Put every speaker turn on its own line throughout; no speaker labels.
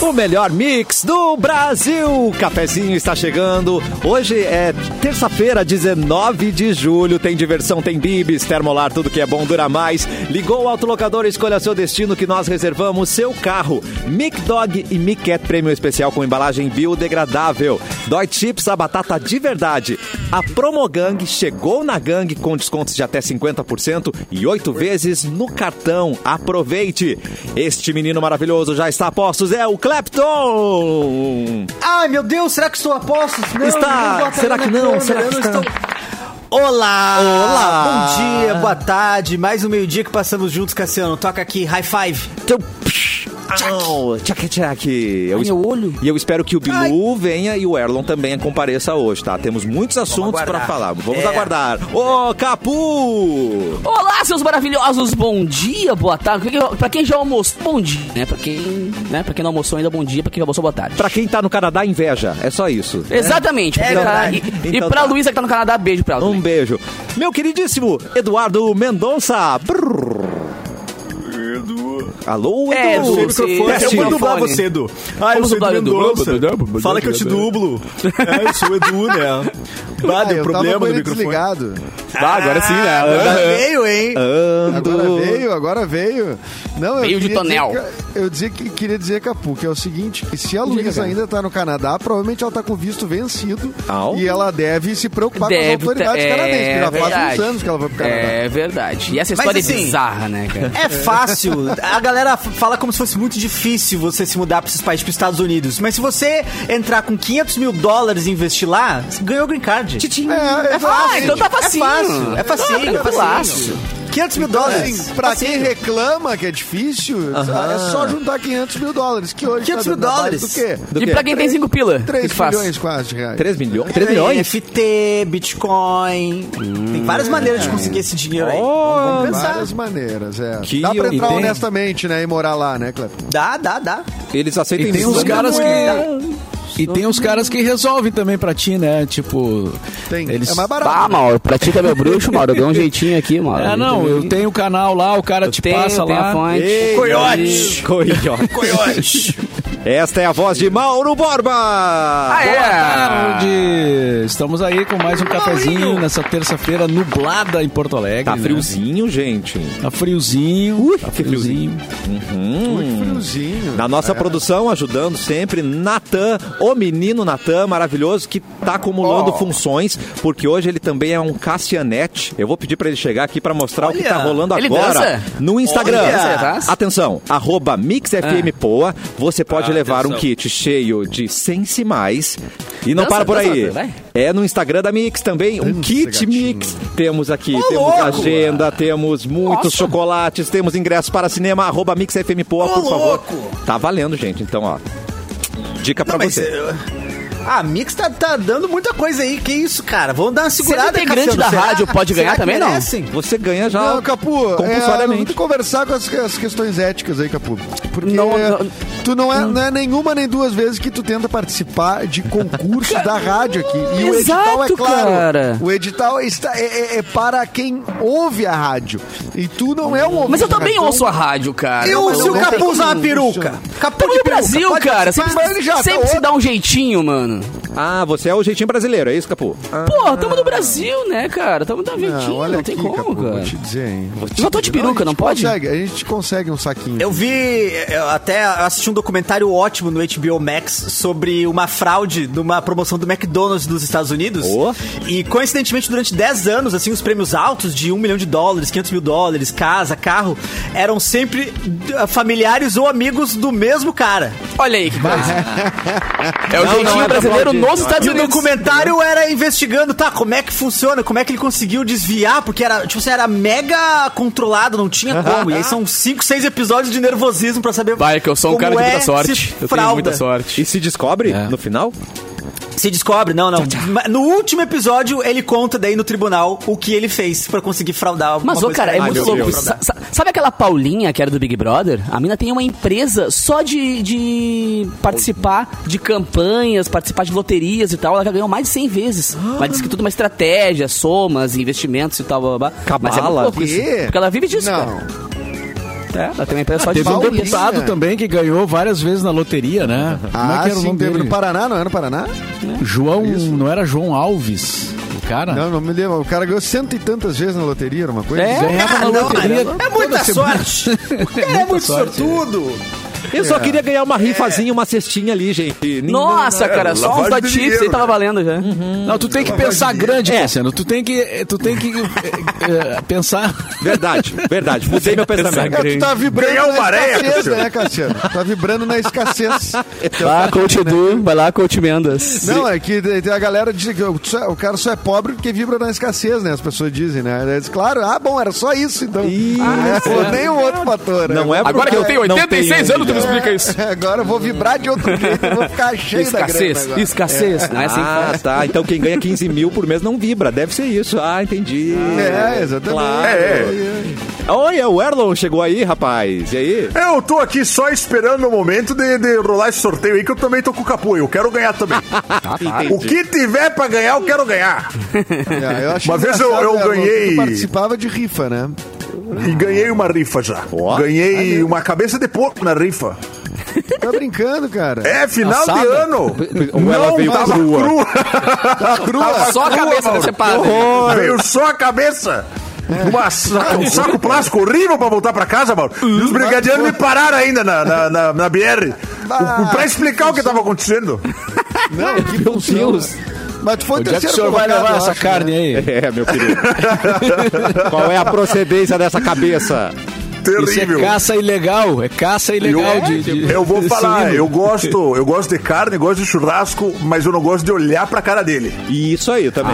no melhor mix do Brasil. O cafezinho está chegando. Hoje é terça-feira, 19 de julho. Tem diversão, tem bibis, termolar, tudo que é bom dura mais. Ligou o autolocador, escolha seu destino que nós reservamos seu carro. Mic Dog e Mic Cat Prêmio Especial com embalagem biodegradável. Dói Chips, a batata de verdade. A Promogang chegou na gangue com descontos de até 50% e oito vezes no cartão. Aproveite! Este menino maravilhoso já está a postos, é o Clapton!
Ai, meu Deus, será que estou a postos? Não,
Está.
bota
Será
ele
que
na
não? Será
eu
que
não
está?
Olá!
Olá!
Bom dia, boa tarde, mais um meio-dia que passamos juntos, Cassiano. Toca aqui, high five.
Então, psh, au, tchac, tchac. Eu es-
meu olho.
E eu espero que o Bilu venha e o Erlon também compareça hoje, tá? Temos muitos assuntos para
aguardar.
falar. Vamos
É.
aguardar. Ô, Capu!
Olá, seus maravilhosos, bom dia, boa tarde. Pra quem- Pra quem já almoçou, bom dia, né? Pra quem, né? pra quem não almoçou ainda, bom dia. Pra quem já almoçou, boa tarde.
Pra quem tá no Canadá, inveja. É só isso.
Exatamente. pra
É
quem tá lá.
verdade.
e,
Então
e pra
tá.
Luísa que tá no Canadá, beijo pra ela.
Um
também.
beijo. Meu queridíssimo Eduardo Mendonça. Brrr. Alô,
É,
Edu.
Edu, você-
Teste.
Eu
Sim.
vou dublar
Microfone.
você, Edu. Ah, eu
Vamos
sou
dublar,
Edu
Edu.
Mendonça. Fala que eu te dublo. É, eu sou o Edu, né? Bah,
Ah,
deu
eu
problema
tava com
no
ele
microfone.
desligado.
Bah, agora sim, né?
Um
Agora
Aham.
veio, hein?
É.
Agora veio, agora veio. Não, eu
Veio de
queria
tonel.
dizer que- eu dizia que, queria dizer, Capu, que é o seguinte, que se a Luísa ainda tá no Canadá, provavelmente ela tá com visto vencido
Au.
e ela deve se preocupar
Deve
com as autoridades
tá-
canadenses,
é
porque já faz
verdade.
uns anos que ela vai pro Canadá.
É verdade. E essa história é
assim,
bizarra, né, cara?
É fácil. A galera f- fala como se fosse muito difícil você se mudar para esses países, para os Estados Unidos. Mas se você entrar com 500 mil dólares e investir lá, você ganhou o green card.
É,
Ah, então tá facinho.
É fácil, é facinho, é facinho. 500 mil dólares.
Assim, pra quem reclama que é difícil, é só juntar 500 mil dólares, que hoje
500
tá
mil
dando a base
dólares.
do quê?
Do
e
quê?
pra quem tem cinco pila, o que
3
que faz?
milhões quase de reais.
3 milhões?
é,
3 milhões?
NFT, Bitcoin. Tem várias maneiras de conseguir esse dinheiro aí. Vamos pensar.
Várias maneiras, é.
Que
Dá pra
eu-
entrar
e tem-
honestamente, né, e morar lá, né, Cleber?
Dá, dá, dá.
Eles aceitam
E tem uns
é
visão.
caras
Ué.
que. E tem uns caras que resolvem também pra ti, né? Tipo.
Tem.
Eles...
É mais barato.
Ah, Mauro, pratica meu bruxo, Mauro. Eu dei um jeitinho aqui, Mauro.
É, não, eu tenho o canal lá, o cara te
tenho,
passa
tenho a
lá.
fonte.
Coiote.
Coiote. Esta é a voz de Mauro Borba.
Ah,
Boa
é.
tarde! Estamos aí com mais um cafezinho nessa terça-feira nublada em Porto Alegre.
Tá
né?
friozinho, gente.
Tá friozinho. tá friozinho.
Hum.
Muito friozinho.
Na
É.
nossa produção, ajudando sempre, Natan, o menino Natan, maravilhoso, que tá acumulando
Oh.
funções, porque hoje ele também é um Cassianete. Eu vou pedir pra ele chegar aqui pra mostrar o que
Olha,
tá rolando
ele
agora
dança?
no Instagram.
Olha, dança, ele dança? Ah.
Atenção, arroba MixFMPoa, você pode levar um kit cheio de sense mais. E não
Dança,
para por
dança,
aí.
vai.
É no Instagram da Mix também, um kit Mix. Temos aqui, temos
louco!
agenda, temos muitos
Nossa.
chocolates, temos ingressos para cinema, arroba MixFMPoa, por
louco!
favor. Tá valendo, gente. Então, ó. Dica pra
Não, mas,
você.
eh, A Mix tá, tá dando muita coisa aí. Que isso, cara? Vamos dar uma segurada
Sendo integrante
Cassiano.
da
Será-
rádio pode ganhar
será que
também, não?
merecem?
Você ganha já
Não, Capu, é, vamos
compulsoriamente.
conversar com as, as questões éticas aí, Capu. Porque
Não, não,
tu não é, não é nenhuma nem duas vezes que tu tenta participar de concursos da rádio aqui. E o edital é
Exato,
claro.
cara.
O edital está, é, é- é para quem ouve a rádio. E tu não é um ouvinte.
Mas eu
da
também
rádio.
ouço a rádio, cara.
Eu
Não,
se o
não
Capu
tem
usar uma
como,
peruca. Capu
Pô,
de
de
peruca.
Brasil,
pode
cara.
participar.
mas ele
Sempre,
já tá
sempre se
outro.
dá um jeitinho, mano.
Ah, você é o jeitinho brasileiro, é isso, Capu?
Pô, tamo no Brasil, né, cara? Tamo dando um jeitinho,
Ah. Não,
não,
olha
tem
aqui,
como,
Capu,
cara.
vou te dizer, hein. Vou te
Eu já tô de
dizer. a
peruca,
gente
não pode?
Consegue, a gente consegue um saquinho.
Eu vi, eu até assisti um documentário ótimo no HBO Max sobre uma fraude numa promoção do McDonald's dos Estados Unidos.
Oh.
E coincidentemente, durante 10 anos, assim, os prêmios altos de 1 milhão de dólares, 500 mil dólares, casa, carro, eram sempre eh, familiares ou amigos do mesmo cara.
Olha aí que coisa. é o jeitinho
não é pra
brasileiro
aplaudir,
nos
Ah,
não é
Estados
E o
Unidos.
documentário
Uhum.
era investigando, tá, como é que funciona, como é que ele conseguiu desviar, porque era, tipo assim, era mega controlado, não tinha como. E aí são 5, 6 episódios de nervosismo pra saber
Vai, que eu sou um
como
cara de
é
muita
se
sorte. Eu tenho
frauda.
muita sorte.
E se descobre
É.
no final?
Se descobre, não, não. Ma- No último episódio, ele conta daí no tribunal o que ele fez pra conseguir fraudar alguma
Mas, ô,
coisa Ah, que
cara, é
ele
muito
meu
conseguiu
louco.
Deus.
fraudar.
Sa- sa- Sabe aquela Paulinha que era do Big Brother? A mina tem uma empresa só de, de participar de campanhas, participar de loterias e tal. Ela já ganhou mais de 100 vezes. Mas diz que tudo é uma estratégia, somas, investimentos e tal, blá, blá, blá. Mas é muito
Cabala.
louco isso.
Quê?
Porque ela vive disso,
não.
cara. É, ela tem uma empresa só de
Teve um
Paulinha.
deputado também que ganhou várias vezes na loteria, né? Como é
Ah,
que era o
sim,
nome
teve
dele?
no Paraná, não é no Paraná?
João, não era João Alves, o cara?
Não, não me lembro. O cara ganhou cento e tantas vezes na loteria, era uma coisa. assim.
É? Ganhava na loteria
é muita
toda semana.
sorte. O cara é
Muita
muito
sorte,
sortudo.
Eu só queria ganhar uma rifazinha, uma cestinha ali, gente.
Nossa, cara,
É,
só uns
lavagem
da
de
chips
dinheiro,
aí tava
né?
valendo já.
Não, tu tem que pensar grande,
É.
Cassiano. Tu tem que, tu tem que eh, eh, pensar.
Verdade, verdade. Mudei meu pensamento.
É, tu tá vibrando
Ganhar
na
uma areia,
escassez,
Cassiano.
né, Cassiano? Tá vibrando na escassez.
Vai lá, coach Edu, vai lá, coach Mendas.
Não, é que tem a galera diz que o só- o cara só é pobre porque vibra na escassez, né? As pessoas dizem, né? Eles, claro, ah, bom, era só isso, então. não é por nenhum outro fator. né? É.
Não é
Agora que eu tenho
não
86
tem
anos,
um
tu me
milhão.
explica isso.
Agora eu vou vibrar de outro jeito, eu vou ficar cheio da
Escassez,
grana agora.
escassez. Não é assim que
Ah,
faz.
tá. Então quem ganha 15 mil por mês não vibra. Deve ser isso. Ah, entendi.
É, exatamente.
Claro.
É,
Olha, o Erlon chegou aí, rapaz. E aí?
Eu tô aqui só esperando o momento de, de rolar esse sorteio aí, que eu também tô com o capô. Eu quero ganhar também.
Tá
Ah,
o que tiver pra ganhar, eu quero ganhar.
É, eu acho
Uma vez eu-
engraçado,
eu
né, Alonso,
ganhei-
tu participava de rifa, né?
E ganhei uma rifa já. ganhei uma cabeça de porco na rifa.
Tá brincando, cara.
É, final de
Assada?
ano.
Ou ela veio
tava
crua?
Tava crua.
Só a cabeça desse padre.
Veio só a cabeça. Uma sa- um saco plástico horrível pra voltar pra casa, Mauro. E os brigadianos me pararam ainda na, na, na, na BR. O- o- pra explicar o que tava acontecendo.
Não, que
Meu
função,
Deus.
né? Mas tu foi o
Onde é que o
terceiro
senhor vai
colocado,
levar
eu
essa
acho,
carne
né?
aí?
É, meu querido. Qual é a procedência dessa cabeça?
Isso é
Terrível.
caça ilegal, é caça ilegal
eu,
de, de-
eu vou
de
falar,
suíno.
eu gosto, eu gosto de carne, gosto de churrasco, mas eu não gosto de olhar pra cara dele.
E isso aí também.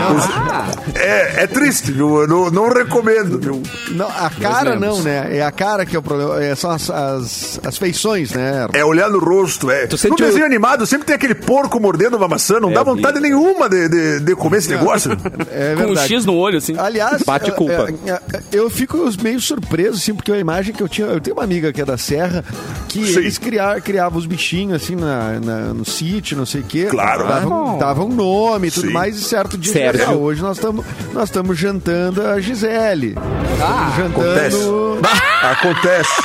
É, é triste, viu? Eu não, não recomendo, viu?
Não, a cara
menos.
não, né? É a cara que é o problema. É, são as, as, as feições, né?
É olhar no rosto, é.
sente
No desenho
o-
animado sempre tem aquele porco mordendo uma maçã, não dá vontade nenhuma de, de, de comer esse negócio.
É
Com um
verdade.
X no olho, assim.
Aliás,
Bate
é,
culpa.
é, é, eu fico meio surpreso, assim, porque a imagem que eu tinha. Eu tenho uma amiga que é da Serra, que
Sim.
eles criar, criavam os bichinhos, assim, na, na- no sítio, não sei o quê.
Claro.
Davam, davam nome e tudo
Sim.
mais, e certo dia.
Sérgio.
"Ah, hoje nós estamos nós tamo jantando a Gisele. Ah,
Acontece.
jantando.
Acontece.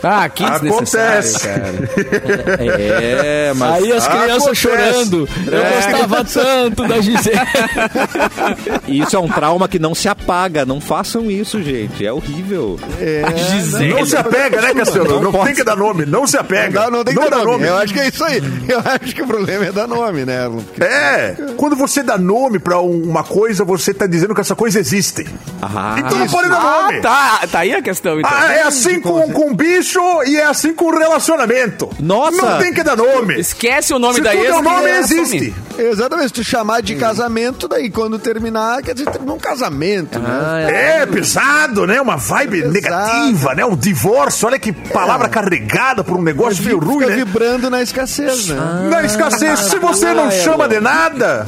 Ah, que desnecessário,
Acontece.
cara.
É, mas.
Aí as crianças
Acontece.
chorando. Eu
É.
gostava tanto da Gisele.
Isso é um trauma que não se apaga. Não façam isso, gente. É horrível.
Não se apega, né, Cassiano? Não, tem que dar nome, não se apega.
Não, não tem que dar nome. Eu acho que é isso aí. Eu acho que o problema é dar nome, né, Erlon? Porque-
É, quando você dá nome pra um- uma coisa, você tá dizendo que essa coisa existe. então não pode dar nome.
Ah, tá. Tá aí a questão, então.
Ah, é assim com, com bicho e é assim com relacionamento.
Nossa.
Não tem que dar nome. Se
Esquece o nome
tu
da ex.
der
que
nome,
é-
existe.
some.
Exatamente, se tu chamar de casamento, daí quando terminar, quer dizer, terminou um casamento,
Ah,
né?
É pesado, né? Uma vibe
Pesado. É.
negativa, né? Um divórcio. Olha que palavra carregada por um
é
negócio meio ruim,
Fica
né?
vibrando na escassez,
Ah.
né?
Na
Ah,
escassez, se você não chama de nada,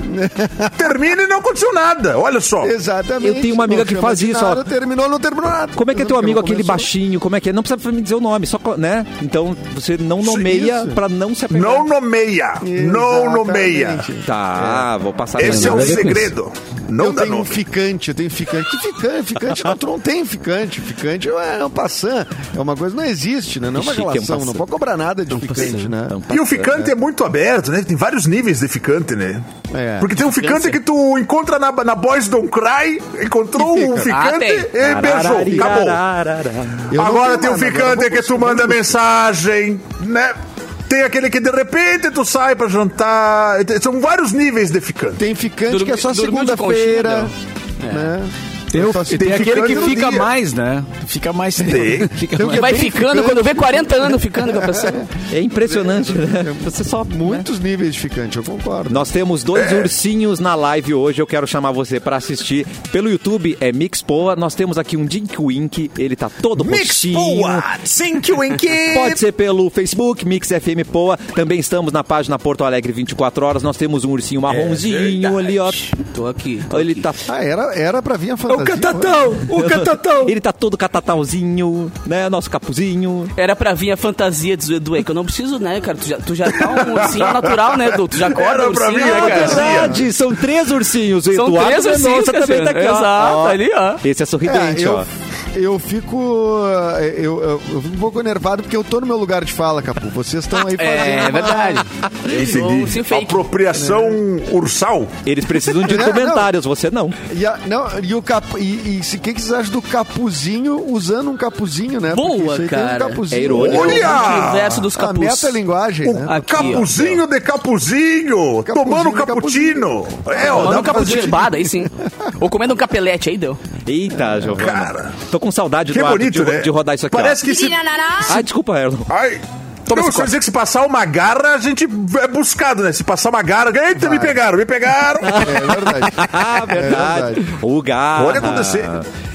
termina e não aconteceu nada. Olha só.
Exatamente.
Eu tenho uma amiga
Não
que
chama
faz
de
isso,
nada,
ó.
Terminou, não terminou nada.
Como é que é teu
Porque
amigo
não
aquele
começou.
baixinho? Como é que é? Não precisa me dizer o nome, só, co- né? Então você não nomeia
isso.
pra não se apegar.
Não nomeia. Não nomeia.
Exatamente.
Tá, vou passar
Esse
adiante.
é um
nada a ver com
segredo. Não
Eu
dá
tenho um
nome.
ficante, eu tenho ficante. Que ficante? Ficante não, tu não tem ficante. Ficante é um passan. É uma coisa, não existe, né? Não é uma
Chique, é um
relação.
passant. É um
não pode cobrar nada de ficante, né?
então.
E o ficante é muito aberto, né? Tem vários níveis de ficante, né?
É.
Porque tem um ficante que tu encontra na, na Boys Don't Cry, encontrou
E fica.
um
Ah,
ficante
tem.
e beijou. Acabou.
Eu não
Agora tem
tenho nada,
um ficante
agora
que tu manda mensagem, né? Tem aquele que de repente tu sai pra jantar. São vários níveis de ficante.
Tem ficante
Dormi-
que é só
dormiu de
segunda-feira. Né?
Tem, o-
Só se
tem
tem
aquele que
ficando no
fica
dia.
mais, né? Fica mais tempo.
Tem.
Fica
Tem o
mais.
que é
Vai
bem
ficando,
ficante.
quando vê 40 anos ficando com a pessoa.
É impressionante, né? Você só muito.
Muitos níveis de ficante, eu concordo.
Nós temos dois ursinhos na live hoje. Eu quero chamar você pra assistir pelo YouTube. É Mixpoa. Nós temos aqui um Dink Wink. Ele tá todo roxinho.
Think Winky.
Pode ser pelo Facebook, Mix FM Poa. Também estamos na página Porto Alegre 24 horas. Nós temos um ursinho marronzinho ali, ó.
Tô aqui. Tô
Ele
aqui.
tá
Ah, era, era pra
É
vir a fantasia.
o catatão. Ele tá todo catatauzinho, né? Nosso capuzinho.
Era pra vir a fantasia do Edu, é que eu não preciso, né, cara? Tu já, tu já tá um ursinho natural, né, Edu? Tu já acorda
Era
ursinho,
pra vir a
né, cara?
fantasia.
verdade, são três ursinhos. O
São
Eduardo
três ursinhos, é,
Mendonça também
Cassiano.
tá aqui, ó.
Exato,
Ó,
ali, ó.
Esse é
É,
sorridente,
eu,
ó.
eu fico. Eu, eu, eu fico um pouco enervado porque eu tô no meu lugar de fala, Capu. Vocês estão aí fazendo.
É,
uma-
verdade.
Entendi.
se fake.
Apropriação
É.
ursal.
Eles precisam de
Não, não.
comentários, você não.
E, a- não, e o capu, e, e se que que vocês acham do capuzinho usando um capuzinho, né? Porque
Boa,
isso aí
cara.
Tem um capuzinho.
É irônico.
O
Olha!
universo dos
A
capuz.
metalinguagem, né?
Aqui, ó.
capuzinho Um de capuzinho,
Capuzinho
tomando
de
cappuccino. É, ó,
Manda
dá
um
pra
capuz
fazer-
de espada, aí sim. Ou comendo um capelete, aí deu.
Eita, Giovana.
Cara.
Tô com saudade
Que
Eduardo,
bonito,
de,
né?
de rodar isso aqui.
Parece que
ó.
se...
Ai, desculpa, Erlon.
Ai...
Toma
não,
esse
só
copo.
dizer que se passar uma garra, a gente é buscado, né? Se passar uma garra, eita, me pegaram, me pegaram.
É verdade.
Ah, verdade.
verdade.
O Garra.
Pode acontecer.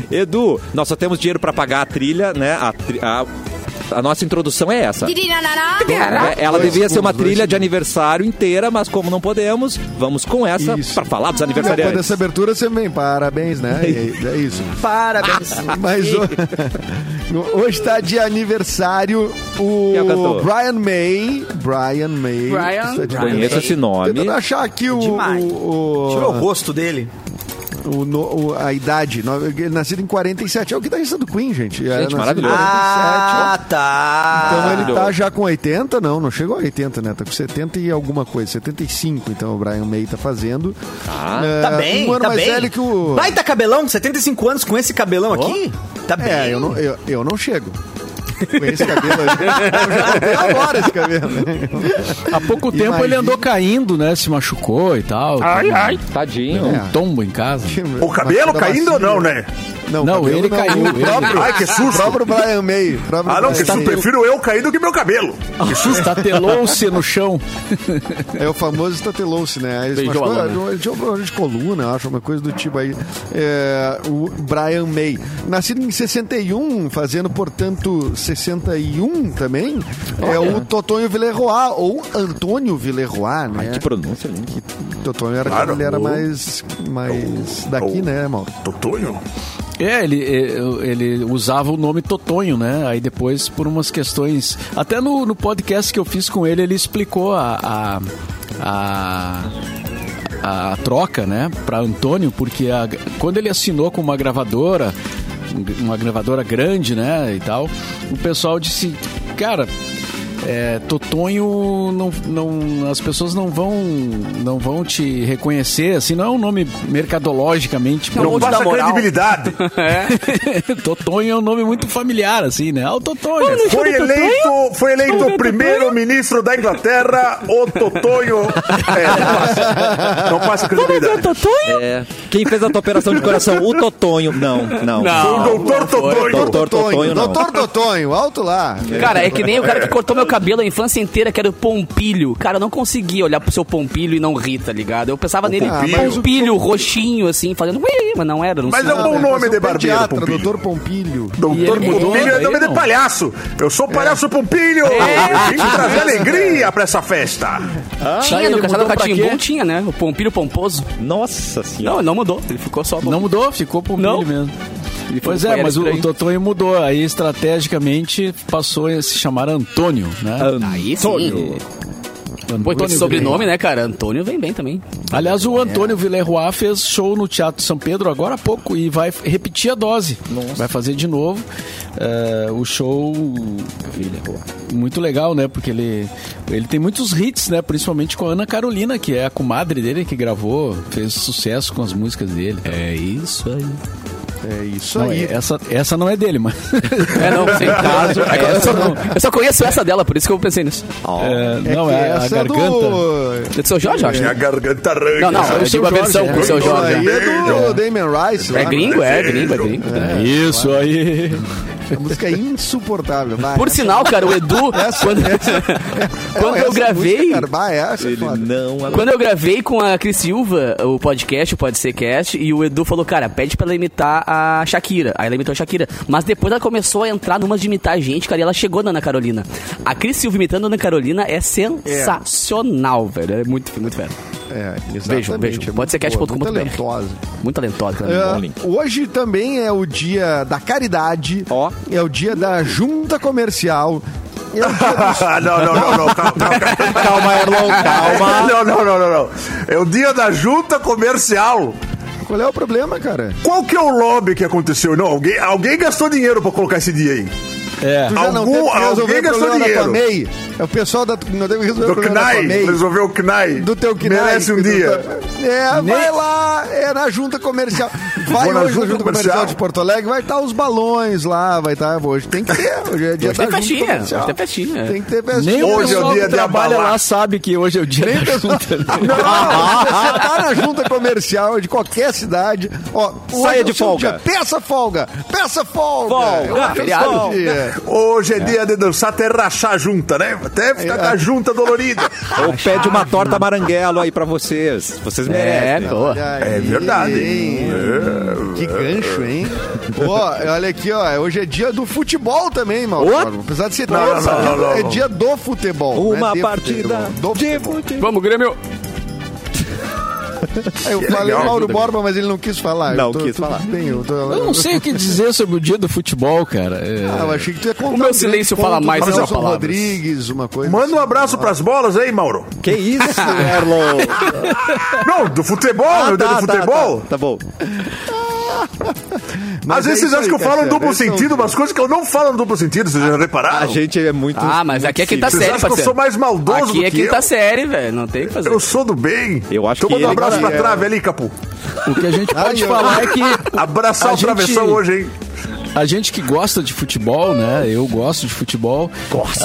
Edu, nós só temos dinheiro pra pagar a trilha, né? A, tri- a- a nossa introdução é essa. É, Ela
Dois
devia ser uma
segundos, dois
trilha de aniversário inteira, mas como não podemos, vamos com essa
Isso.
pra falar dos
Depois
aniversariantes.
dessa abertura, você vem, parabéns, né? E- é isso.
Parabéns.
Mas ho- no- hoje tá de aniversário o
Quem é o cantor?
Brian May. Brian May.
Brian-
Está de-
Brian
Conheço esse nome.
Tentando achar aqui o,
Demais.
o- o-
Tirou o rosto dele.
o no- o- a idade. No- Ele é nascido em 47. É o guitarrista do Queen, gente. Ele é
Gente,
nascido em
maravilhoso.
47.
Ah, tá.
Então ele
maravilhoso.
tá já com 80, não, não chegou a 80, né? Tá com 70 e alguma coisa, 75, então o Brian May tá fazendo. É,
Tá bem,
um ano
tá
mais
bem.
velho que o...
Vai, tá cabelão, 75 anos com esse cabelão aqui? Tá bem.
É, eu não, eu, eu não chego. Com esse cabelo aí. Eu já comprei
Tá
agora esse cabelo.
Há pouco tempo
Imagina.
ele andou caindo, né? Se machucou e tal. Ai, ai.
Tadinho.
É.
Tombo em casa.
O cabelo caindo ou não, né?
Não, o
Não,
cabelo
ele caiu,
O
ele-
próprio,
Ai, que
o
susto.
próprio Brian May. o próprio
Ah, não,
Brian
que susto.
May.
Prefiro eu cair do que meu cabelo.
Estatelou-se no chão.
É o famoso estatelou-se, né? Aí Eles
Beijou
machucou,
a lona.
ele tinha um problema de coluna, eu acho, uma coisa do tipo aí. É, o Brian May. Nascido em 61, fazendo, portanto, 61 também, é o Totonho Villerroy, ou Antônio Villerroy, né?
Que pronúncia linda.
Totonho era,
Claro. é
ele era mais, mais daqui, né, mal?
Totonho?
É, ele, ele- ele usava o nome Totonho, né? Aí depois, por umas questões. Até no, no podcast que eu fiz com ele, ele explicou a. a, a- a troca, né, para Antônio, porque a- quando ele assinou com uma gravadora, uma gravadora grande, né, e tal, o pessoal disse, cara, é, Totonho não, não as pessoas não vão não vão te reconhecer, assim, não é um nome mercadologicamente
Não,
vou te
passa
dar moral.
credibilidade.
Totonho é um nome muito familiar, assim, né? Ah, o Totonho.
Foi eleito, foi eleito primeiro-ministro da Inglaterra, o Totonho. É, não passa. Não passa credibilidade.
É. Quem fez a tua operação de coração? O Totonho. Não, não.
O doutor Totonho.
Doutor Totonho, não.
Doutor Totonho, alto lá.
Cara, é que nem o cara que cortou meu cabelo a infância inteira, que era o Pompilho. Cara, eu não conseguia olhar pro seu Pompilho e não rir, tá ligado? Eu pensava nele,
Pompilho.
Pompilho, roxinho, assim, fazendo... "Ui", Mas não era, não
Mas
sei.
é um bom nome de barbeiro,
Pediatra,
Pompilho.
doutor Pompilho.
Doutor
ele mudou,
Pompilho é
daí
nome de
não.
palhaço. Eu sou o palhaço Pompilho. Eu vim trazer alegria pra essa festa.
Tinha,
ele
no Castelo
mudou pra
Catimbum
quê?
tinha, né? O Pompilho Pomposo.
Nossa senhora.
Não, não mudou. Ele ficou só...
Não mudou, ficou pro
Não.
Billy mesmo. Pois
foi,
é,
era
mas o,
estranho.
o Totonho mudou. Aí, estrategicamente, passou a se chamar Antônio, né?
Tá
Aí sim. Pô, então esse Ah, sobrenome, né, cara? Antônio vem bem também.
Aliás,
É.
o Antônio Villerroy fez show no Teatro São Pedro agora há pouco e vai repetir a dose. Vai fazer de novo eh, o show. Muito legal, né? Porque ele, ele tem muitos hits, né? Principalmente com a Ana Carolina, que é a comadre dele que gravou, fez sucesso com as músicas dele.
É isso aí.
É isso
Não,
aí.
é- essa, essa não é dele, mas.
É, não, sem caso. É, eu, só, eu só conheço essa dela, por isso que eu pensei nisso.
É,
É
não,
que
é a
essa
garganta.
Do...
É do seu Jorge, eu acho.
Minha
né?
garganta
Não,
arranha.
não, eu
o seu
digo a
Jorge,
versão
é.
com o seu
Então, aí
Jorge.
é do Damien Rice. lá,
É
né?
gringo? É gringo, é gringo.
Isso aí.
A música é insuportável. vai. né?
Por sinal, cara, o Edu, quando, quando eu
Não, essa
gravei.
música, cara, bah, essa é
Ele
foda.
não.
Quando eu gravei com a Cris Silva o podcast, o Pode Ser Cast, e o Edu falou, cara, pede pra ela imitar a Shakira. Aí ela imitou a Shakira. Mas depois ela começou a entrar numas de imitar a gente, cara, e ela chegou na Ana Carolina. A Cris Silva imitando a Ana Carolina é sensacional, velho. É muito, muito velho.
É, exatamente.
Vejam, vejam.
É muito
Pode ser
boa,
cast.com.br.
muito talentosa.
Muito talentosa, cara.
Ah, hoje também é o dia da caridade.
Ó.
É o dia da junta comercial. É o dia dos...
Ah, não, não, não, não, calma, calma.
Calma, Erlon, calma.
Não, não, não, não, não. É o dia da junta comercial.
Qual é o problema, cara?
Qual que é o lobby que aconteceu? Não, alguém, alguém gastou dinheiro pra colocar esse dia aí.
É.
Tu já não
Algum-
teve que resolver
alguém
o problema
gastou
da tua
dinheiro.
MEI. É o pessoal da, não teve que resolver
Do
o problema da tua
CNAI,
MEI.
resolveu o CNAI.
do teu que
Merece um dia.
É, vai lá, é na junta comercial. Vai
Vou na
hoje na junta,
junta
comercial.
comercial.
de Porto Alegre, vai estar os balões lá, vai estar. hoje tem que ter, hoje é dia
Hoje tem
da junta
festinha,
comercial.
hoje tem festinha, é.
Tem que ter festinha.
Nem o
Hoje é o
pessoal
dia
que
de
trabalha
abalar.
lá sabe que hoje é o dia da junta. né?
Não, você tá na junta comercial de qualquer cidade. Ó, hoje
Saia
é o
de
seu
folga.
dia. Peça folga. Peça folga.
Folga,
É o
feriado.
seu dia.
Hoje é, dia de dançar até rachar junta, né? Até ficar com a junta dolorida.
Ou pede uma torta maranguelo aí pra vocês. Vocês
É,
merecem.
boa.
Olha
É
aí,
verdade. É.
hein? Que gancho, hein? Ó, olha aqui, ó. Hoje é dia do futebol também, Mauro.
Ô!
Apesar de ser
Não,
terça,
não, não, não,
é
não.
dia do futebol.
Uma
né? De
partida
futebol. Do
de
futebol.
futebol.
Vamos, Grêmio.
Eu
Que
falei
legal,
Mauro
tudo bem.
Borba, mas ele não quis falar. Eu
Não quis
tudo
falar.
Bem, eu, tô-
Eu não sei o que dizer sobre o dia do futebol, cara. É,
Ah, eu achei que tu ia contar
meu
um
silêncio
grande
fala
conto
mais
do
que
Nelson
palavras.
Rodrigues, uma coisa.
Manda um
assim.
abraço pras bolas aí, Mauro.
Que isso, Erlon?
Não, do futebol,
Ah,
meu Deus, do futebol.
Tá, tá bom.
Mas
Às
é
vezes vocês
isso
acham que eu
aí,
falo
Cassiano,
em duplo
esse é um
sentido,
dia.
umas coisas que eu não falo em duplo sentido, vocês já
A
repararam?
gente é muito.
Ah, mas aqui é quem tá
simples.
Vocês
sério,
acham que eu sou
parceiro.
mais maldoso
Aqui
do
é
que eu?
quinta série, velho. Não tem o que fazer.
Eu sou do bem.
Eu acho
então
que
manda um
ele-
abraço pra
é.
trave ali, Capu.
O que a gente pode
Ai, eu-
falar é que
Abraçar
A
o
gente-
travessão hoje, hein?
a gente que gosta de futebol, né? Eu gosto de futebol. Gosto.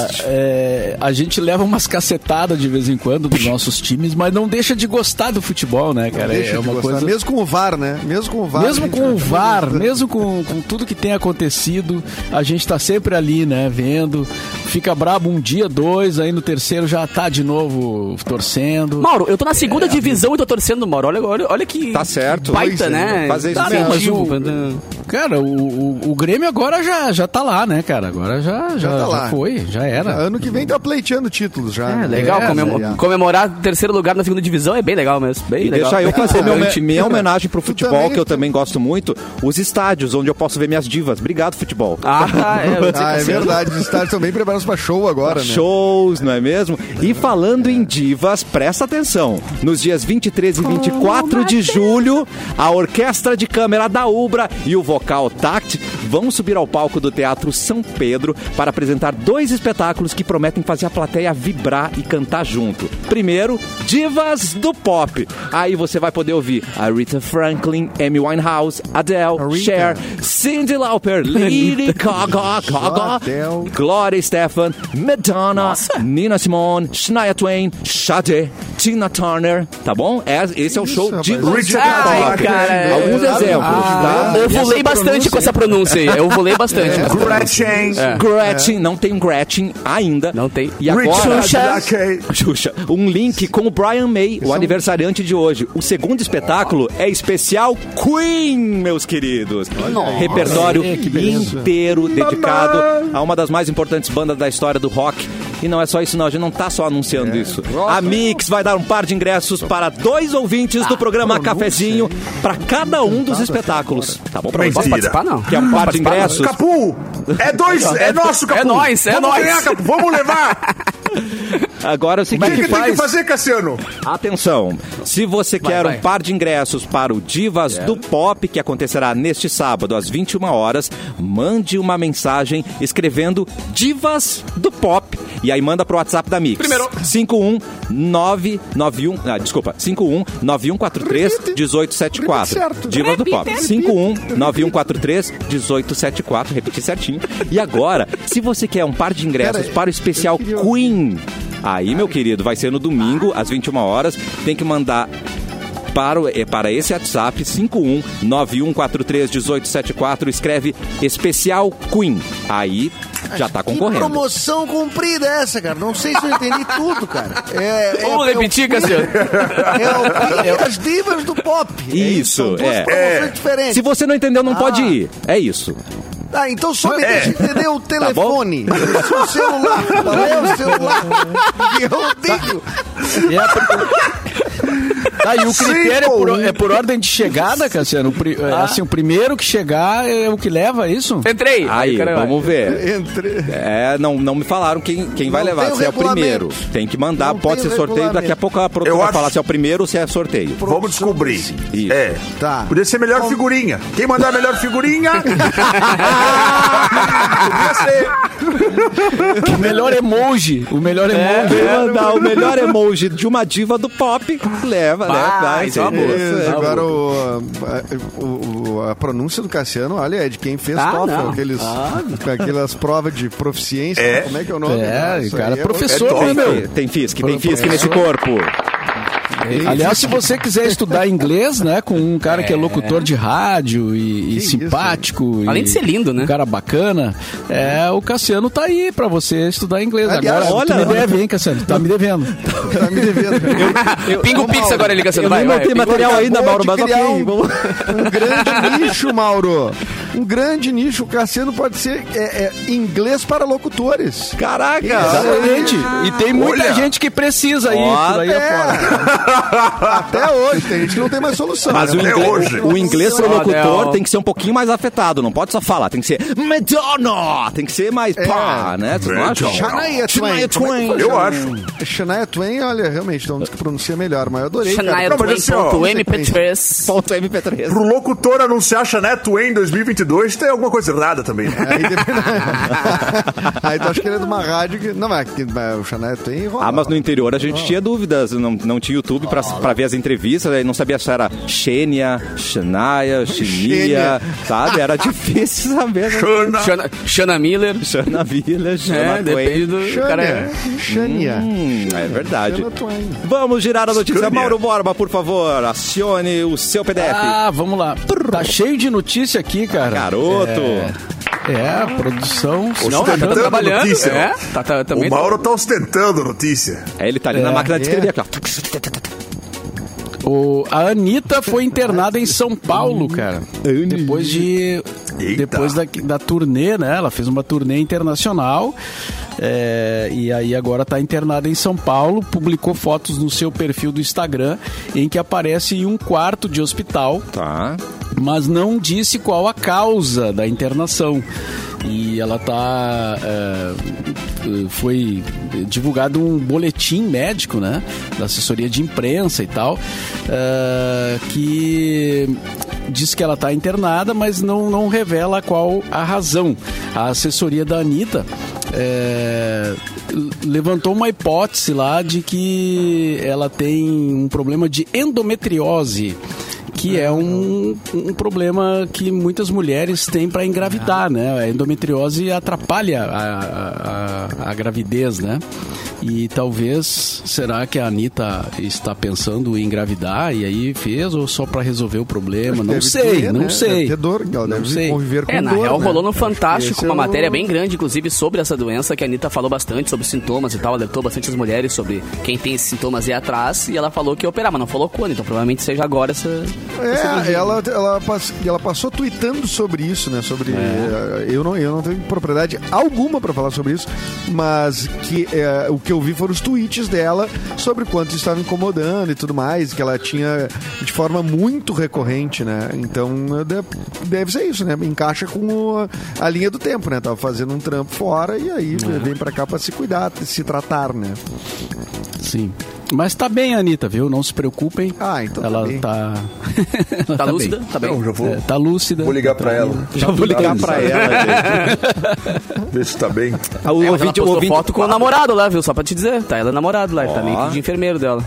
a gente leva umas cacetadas de vez em quando dos nossos times, mas não deixa de gostar do futebol, né, cara?
Deixa
é
de
uma
gostar.
coisa.
Mesmo com o VAR, né? Mesmo com o VAR. a
Mesmo
gente
com o
vai-
VAR, né? mesmo com, com tudo que tem acontecido, a gente tá sempre ali, né, vendo. Fica brabo um dia, dois, aí no terceiro já tá de novo torcendo.
Mauro, eu tô na segunda divisão e tô torcendo, Mauro. Olha, olha, olha que.
Tá certo.
que baita,
Pois é,
né?
fazer isso
Tá
mesmo.
incentivo.
Mas Cara, o, o, o Grêmio agora já, já tá lá, né, cara? Agora já, já,
tá
já
lá.
foi, já era.
Ano que vem tá pleiteando títulos já.
É, legal.
É,
comemo-
né?
Comemorar terceiro lugar na segunda divisão é bem legal mesmo. Bem
E
legal.
deixa eu fazer meu,
Comente.
minha homenagem pro futebol,
também-
que eu também gosto muito. Os estádios, onde eu posso ver minhas divas. Obrigado, futebol.
Ah, é, eu ia dizer
Ah, é
Cassiano.
verdade. Os estádios estão bem preparados pra show
Tá
agora, né?
Shows, não é mesmo? E falando em divas, presta atenção. Nos dias 23 e 24 de julho, a Orquestra de Câmara da Ubra e o Vocal Tact vão subir ao palco do Teatro São Pedro para apresentar dois espetáculos que prometem fazer a plateia vibrar e cantar junto. Primeiro, Divas do Pop. Aí você vai poder ouvir a Rita Franklin, Amy Winehouse, Adele, Cher, Cyndi Lauper, Lady Gaga, Gaga,
Adele.
Gloria Stefan, Madonna, Nina Simone, Shania Twain, Sade, Tina Turner, tá bom? É- Esse é o show
rapaz.
de
Richard
Ai,
Wagner.
cara. é-
alguns exemplos, tá?
Ah, Eu volei bastante com essa pronúncia aí. Eu volei bastante. com essa pronúncia.
Gretchen.
É. Gretchen, não tem um Gretchen ainda.
ah. Não tem.
E agora,
Richard
Xuxa.
Wagner.
Xuxa, um link com o Brian May, o aniversariante de hoje. O segundo espetáculo é especial Queen, meus queridos. Repertório inteiro dedicado a uma das mais importantes bandas da história do rock. E não é só isso, não. A gente não tá só anunciando isso. A Mix vai dar um par de ingressos para dois ouvintes do programa Cafezinho para cada um dos espetáculos. Tá bom pra
Mentira.
vocês?
Posso participar,
né?
não?
Que é um par de ingressos.
Capu, é dois, é nosso, Capu.
É nóis, é
Vamos
nóis.
ganhar, Capu, vamos levar.
Agora é o
O que,
seguinte,
que tem que
faz-
fazer, Cassiano?
Atenção! Se você quer
vai.
um par de ingressos para o Divas do Pop, que acontecerá neste sábado às 21 horas, mande uma mensagem escrevendo Divas do Pop. E aí manda pro WhatsApp da Mix.
Primeiro.
51991. Ah, desculpa. 5199143 1874.
Repite certo.
Divas do Pop.
Repite.
5199143 1874. Repeti certinho. E agora, se você quer um par de ingressos
Pera,
para o especial
eu queria-
Queen. Aí, meu querido, vai ser no domingo, às 21 horas. Tem que mandar para, o- é, para esse WhatsApp, 5191431874. Escreve especial Queen. Aí já tá
Que
concorrendo.
promoção comprida é essa, cara? Não sei se eu entendi tudo, cara. É, é,
Vamos
é,
repetir, Cassiano.
É, o- é as divas do pop. É
Isso,
São duas
é.
É.
promoções diferentes.
Se você não entendeu, não pode ir. É isso.
Ah, então só me deixa entender o
bom?
telefone. o seu celular. é Qual é o celular? que eu digo.
E a- é Tá, e o critério é
Cinco,
por,
um.
é por ordem de chegada, Cassiano? O pri- é, Assim, o primeiro que chegar é o que leva, é isso?
Entrei.
Aí, vamos ver.
Entre...
É, não, não me falaram quem, quem vai
Não
levar,
tem o
se é o primeiro.
regulamento.
Tem que mandar,
Não
pode
tem
ser
o
sorteio. Daqui a
regulamento.
pouco a produtora
Eu
vai
acho-
falar se é o primeiro ou se é sorteio.
Vamos descobrir.
Isso.
É.
Tá.
Podia ser melhor figurinha. Quem mandar a melhor figurinha. Podia ser.
O melhor emoji. O melhor
É,
emoji.
vou mandar o melhor emoji de uma diva do pop. Leva, né? Vai,
isso é uma boa.
Isso,
Tá
agora o, a- o- o- a pronúncia do Cassiano, olha, é de quem fez
Ah,
TOEFL,
não.
aqueles, com aquelas provas de proficiência,
É.
como é que é o nome?
É,
Isso
cara,
aí
é
é
professor,
top,
né, meu?
Tem, tem Fisk, tem Fisk nesse corpo.
Aliás, se você quiser estudar inglês, né, com um cara que é locutor de rádio e, e simpático. e
Além de ser lindo, né?
Um cara bacana. É, o Cassiano tá aí pra você estudar inglês.
Aliás,
Agora,
olha-
tu me deve, hein, Cassiano? Tá me devendo.
Tá me devendo.
Pingo
Ô,
Pix
Mauro,
agora, ele
Eu
Cassiano. Vai,
nem
vai.
montei material
Acabou
ainda,
de
Mauro, mas ok.
criar um-
vamos-
Um grande nicho, Mauro. Um grande nicho. O Cassiano pode ser é, é, inglês para locutores.
Caraca!
Exatamente. E tem muita gente que precisa aí, por aí
Até,
afora.
até hoje, tem gente que não tem mais solução.
Mas o
Até
inglês,
hoje.
o inglês pro
Ó,
locutor
Del.
tem que ser um pouquinho mais afetado, não pode só falar, tem que ser Madonna, tem que ser mais pá, né? Tu não acha?
É. Shania Twain. Como é que foi
Eu
Shania-
acho.
Shania Twain, olha, realmente, então diz que pronuncia melhor, mas eu adorei. cara.
é
Shania
Não, mas assim, ó,
Twain.mp3.
Ponto MP3.
Pro locutor anunciar Chanet Twain em 2022, tem alguma coisa errada também. né?
Aí, depende- aí tu acha que ele é de uma rádio que. Não, mas, que- mas o Chanel tem rola.
Ah, mas no interior a gente tinha dúvidas, não, não tinha YouTube pra,
Ah.
pra ver as entrevistas, aí não sabia se era Xênia, Xanaia, Xinia,
Xênia.
sabe? Era difícil saber, né?
Chana.
Shana, Shana Miller.
Xana Vila,
É,
Xana
depende do
Shania.
é.
cara.
Shania.
Hum, é verdade.
Shania Twain.
Vamos girar a notícia.
Scania.
Mauro Borba, por favor, acione o seu PDF.
Ah, vamos lá. Tá cheio de notícia aqui, cara.
Garoto.
É, é, produção.
Não, tá
Ostentando
trabalhando.
notícia.
É, tá, tá, também
o Mauro tá ostentando a notícia.
Aí ele tá ali na
É,
máquina de
é.
escrever. aqui, ó.
O, a Anitta foi internada em São Paulo, cara. Depois de.
Eita.
Depois da, da turnê, né? Ela fez uma turnê internacional. é, e aí agora tá internada em São Paulo. Publicou fotos no seu perfil do Instagram em que aparece em um quarto de hospital
É.
Tá.
mas não disse qual a causa da internação. E ela tá. eh, foi divulgado um boletim médico, né? Da assessoria de imprensa e tal, eh, que diz que ela está internada, mas não, não revela qual a razão. A assessoria da Anitta eh, levantou uma hipótese lá de que ela tem um problema de endometriose que é um, um problema que muitas mulheres têm para engravidar, né? A endometriose atrapalha a, a- a gravidez, né? E talvez, será que a Anitta está pensando em engravidar e aí fez ou só para resolver o problema? Não
Deve
sei,
ter,
não
né? Deve
sei.
ter dor, ela
Não
deve
sei.
conviver com
É, na
dor,
real
né?
rolou no
Acho que
Fantástico
esse é
uma
o-
matéria bem grande, inclusive, sobre essa doença, que a Anitta falou bastante sobre os sintomas e tal, alertou bastante as mulheres sobre quem tem esses sintomas e atrás, e ela falou que ia operar, mas não falou quando, então provavelmente seja agora essa...
É, ela, ela, pass- ela passou tweetando sobre isso, né? Sobre. eh, Eu, não, eu não tenho propriedade alguma pra falar sobre isso, mas que eh, o que eu vi foram os tweets dela sobre quanto estava incomodando e tudo mais, que ela tinha de forma muito recorrente, né? Então eh, de- deve ser isso, né? Encaixa com o- a linha do tempo, né? Tava fazendo um trampo fora e aí vem pra cá pra se cuidar, se tratar, né?
Sim. Mas tá bem, a Anitta, viu? Não se preocupem.
Ah, então tá
ela
bem.
tá. ela
Tá lúcida?
bem.
Tá bem.
Não, já vou,
É, tá lúcida.
vou ligar pra ela.
Já vou ligar pra ela. gente.
Ver se tá bem.
Ah, O
Tá. É, mas ela
ouvinte, o
postou
ouvinte- Ah,
foto com o namorado lá, viu? Só pra te dizer, tá ela namorado lá, ele tá meio que de enfermeiro dela.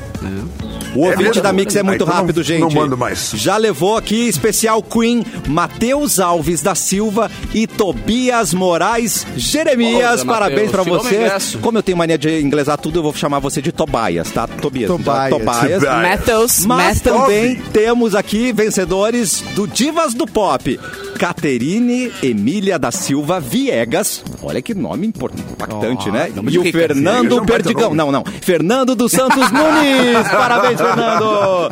O ouvinte
mesmo?
da Mix é muito
Aí tu não-
rápido, gente.
não mando mais.
Já levou aqui especial Queen, Matheus Alves da Silva e Tobias Moraes Jeremias.
Ô, Zé
Parabéns
Mateus,
pra
te dou meu
você.
ingresso.
Como eu tenho mania de inglesar tudo, eu vou chamar você de Tobias, tá? Tobias. então,
Tobias.
Tobias.
Ah, é.
Matheus,
Mas
Matheus.
também temos aqui vencedores do Divas do Pop. Caterine Emília da Silva Viegas. Olha que nome import- impactante, né?
nome
E
de
o
rica.
Fernando
Viegas é um baita
Perdigão.
nome.
Não, não. Fernando dos Santos Nunes. Parabéns Fernando!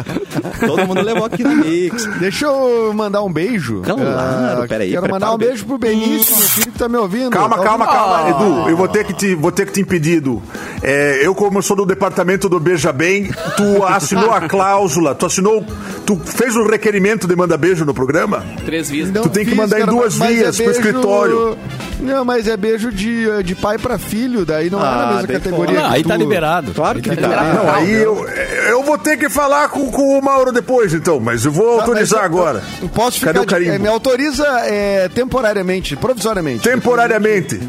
Todo mundo levou aqui no Mix.
Deixa eu mandar um beijo.
Claro,
Ah,
peraí,
Quero
prepara
mandar
o
um beijo pro Benício, meu filho que tá me ouvindo.
Calma,
Tá
calma,
ouvindo?
calma, Edu. Eu vou ter que te, vou ter que te impedir, Edu. É, eu, como eu sou do departamento do Beija Bem, tu assinou a cláusula, tu assinou. Tu fez o requerimento de manda beijo no programa?
Três vezes.
Não
Tu tem que mandar em duas
mas é
vias pro escritório.
Não, mas é beijo de, de pai pra filho, daí não é
Ah,
na mesma
daí
categoria.
Não,
que
aí
tu.
tá liberado.
Claro que
Ah,
tá.
Não, aí eu, eu vou ter que falar com, com o Mauro depois, então, mas eu vou
Tá,
autorizar
mas eu-
agora.
eu Posso ficar
Cadê o
de-
carimbo?
é, me autoriza é, temporariamente, provisoriamente.
Temporariamente.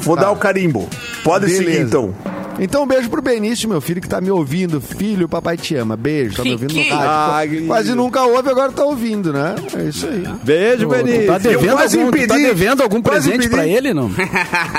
Vou dar o carimbo. Pode
Beleza.
seguir, então.
Então, um beijo pro Benício, meu filho, que tá me ouvindo. Filho, papai te ama. Beijo, tá me ouvindo no
Fiquei.
rádio.
Ah,
Quase nunca ouve, agora tá ouvindo, né? É isso aí.
Beijo, Benício.
Tá devendo,
quase
algum, tu tá
impedi,
devendo algum
quase
presente
impedi.
pra ele, não? Tá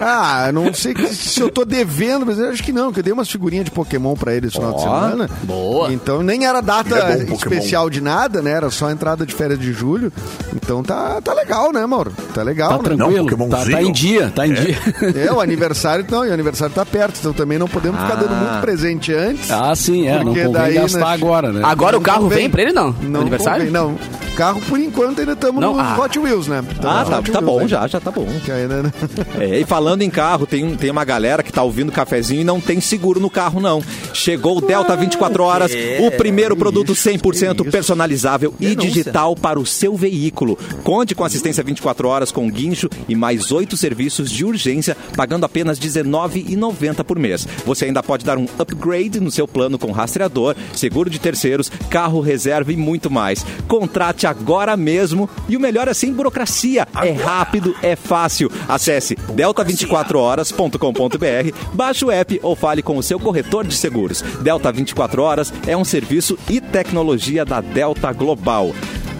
Ah, não sei que- se eu tô devendo, mas eu acho que não, que eu dei umas figurinhas de Pokémon pra ele esse final de semana.
boa.
Então nem era data
É bom, Pokémon.
especial de nada, né? Era só a entrada de férias de julho. Então tá, tá legal, né, Mauro? Tá
Tá
legal, né?
tranquilo. tá,
Pokémonzinho.
tá em dia, tá em dia.
É, o aniversário então, e o aniversário tá perto, então também não podemos ficar dando muito presente antes.
Ah, sim, é. Não
Porque
convém
daí,
gastar
né,
agora, né?
Agora o carro
convém.
vem pra ele, não? No
Não,
aniversário?
convém, não. Carro, por enquanto, ainda estamos
Não,
no
ah.
Hot Wheels, né? Tamo
Ah,
no
tá,
Hot
tá
Wheels
bom
ainda.
já, já tá bom.
Que ainda não-
É, e falando em carro, tem, um- tem uma galera que tá ouvindo cafezinho e não tem seguro no carro, não. Chegou o Delta 24 horas, o primeiro produto 100% personalizável e digital para o seu veículo. Conte com assistência 24 horas com guincho e mais oito serviços de urgência, pagando apenas R$19,90 por mês. Você ainda pode dar um upgrade no seu plano com rastreador, seguro de terceiros, carro reserva e muito mais. Contrate agora mesmo e o melhor é sem burocracia. É rápido, é fácil. Acesse delta24horas.com.br, baixe o app ou fale com o seu corretor de seguros. Delta 24 Horas é um serviço e tecnologia da Delta Global.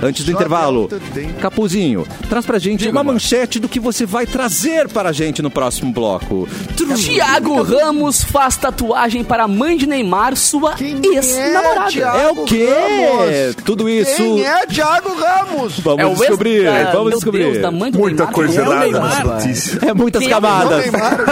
Antes do
Só
intervalo,
Delta tem.
Capuzinho, traz pra gente uma manchete do que você vai trazer para a gente no próximo bloco. Tru-
Tiago Ramos faz tatuagem para a mãe de Neymar, sua
Quem é,
ex-namorada.
Thiago
É o quê?
Ramos?
Tudo isso.
Quem é Thiago Ramos?
Vamos
É o ex
descobrir,
da-
vamos
meu
descobrir.
Deus, da mãe do
Muita
Neymar. É
coisa
o
errada
Neymar.
nessa notícia.
É muitas
Tem-
Não,
camadas.
Neymar.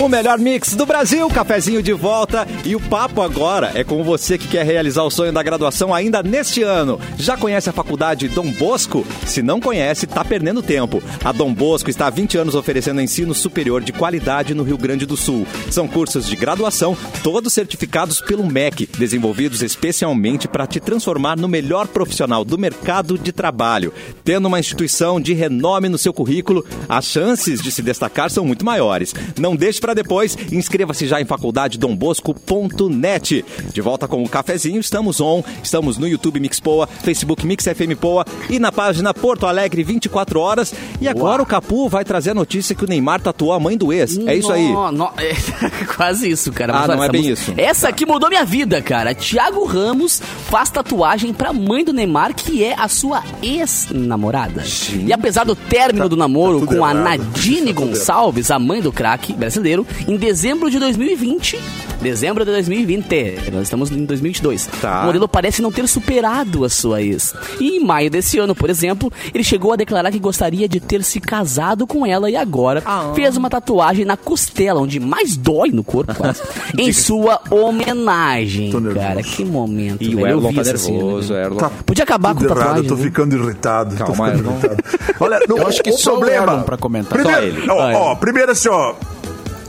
O melhor mix do Brasil, cafezinho de volta e o papo agora é com você que quer realizar o sonho da graduação ainda neste ano. Já conhece a faculdade Dom Bosco? Se não conhece, tá perdendo tempo. A Dom Bosco está há 20 anos oferecendo ensino superior de qualidade no Rio Grande do Sul. São cursos de graduação, todos certificados pelo MEC, desenvolvidos especialmente para te transformar no melhor profissional do mercado de trabalho. Tendo uma instituição de renome no seu currículo, as chances de se destacar são muito maiores. Não deixe para depois, inscreva-se já em faculdadedombosco.net. De volta com o cafezinho, estamos on, estamos no YouTube Mix Poa, Facebook Mix FM Poa e na página Porto Alegre 24 horas. E agora o Capu vai trazer a notícia que o Neymar tatuou a mãe do ex. É isso aí.
No- no- é, quase isso, cara.
Ah, não
essa
é bem
música-
isso.
Essa aqui mudou minha vida, cara. Thiago Ramos faz tatuagem pra mãe do Neymar, que é a sua ex-namorada. E apesar do término do namoro com a Nadine Gonçalves, a mãe do craque brasileiro, em dezembro de 2020... Dezembro de 2020, É, nós estamos em 2022.
Tá.
O modelo parece não ter superado a sua ex. E em maio desse ano, por exemplo, ele chegou a declarar que gostaria de ter se casado com ela e agora
Ah.
fez uma tatuagem na costela, onde mais dói no corpo, quase, em sua homenagem. Cara, que momento.
E
velho.
o
Eu
Erlon
vi
tá
essa cena,
nervoso, é.
né?
Erlon.
Tá
Podia acabar com
tudo errado,
tatuagem.
eu tô
né?
ficando irritado. tô
Calma,
ficando
Erlon.
irritado. Olha,
Eu
o-
acho que
o
só o
problema
Erlon pra comentar.
Primeiro,
Só ele.
Ó,
Ah, é.
ó, primeiro assim, ó.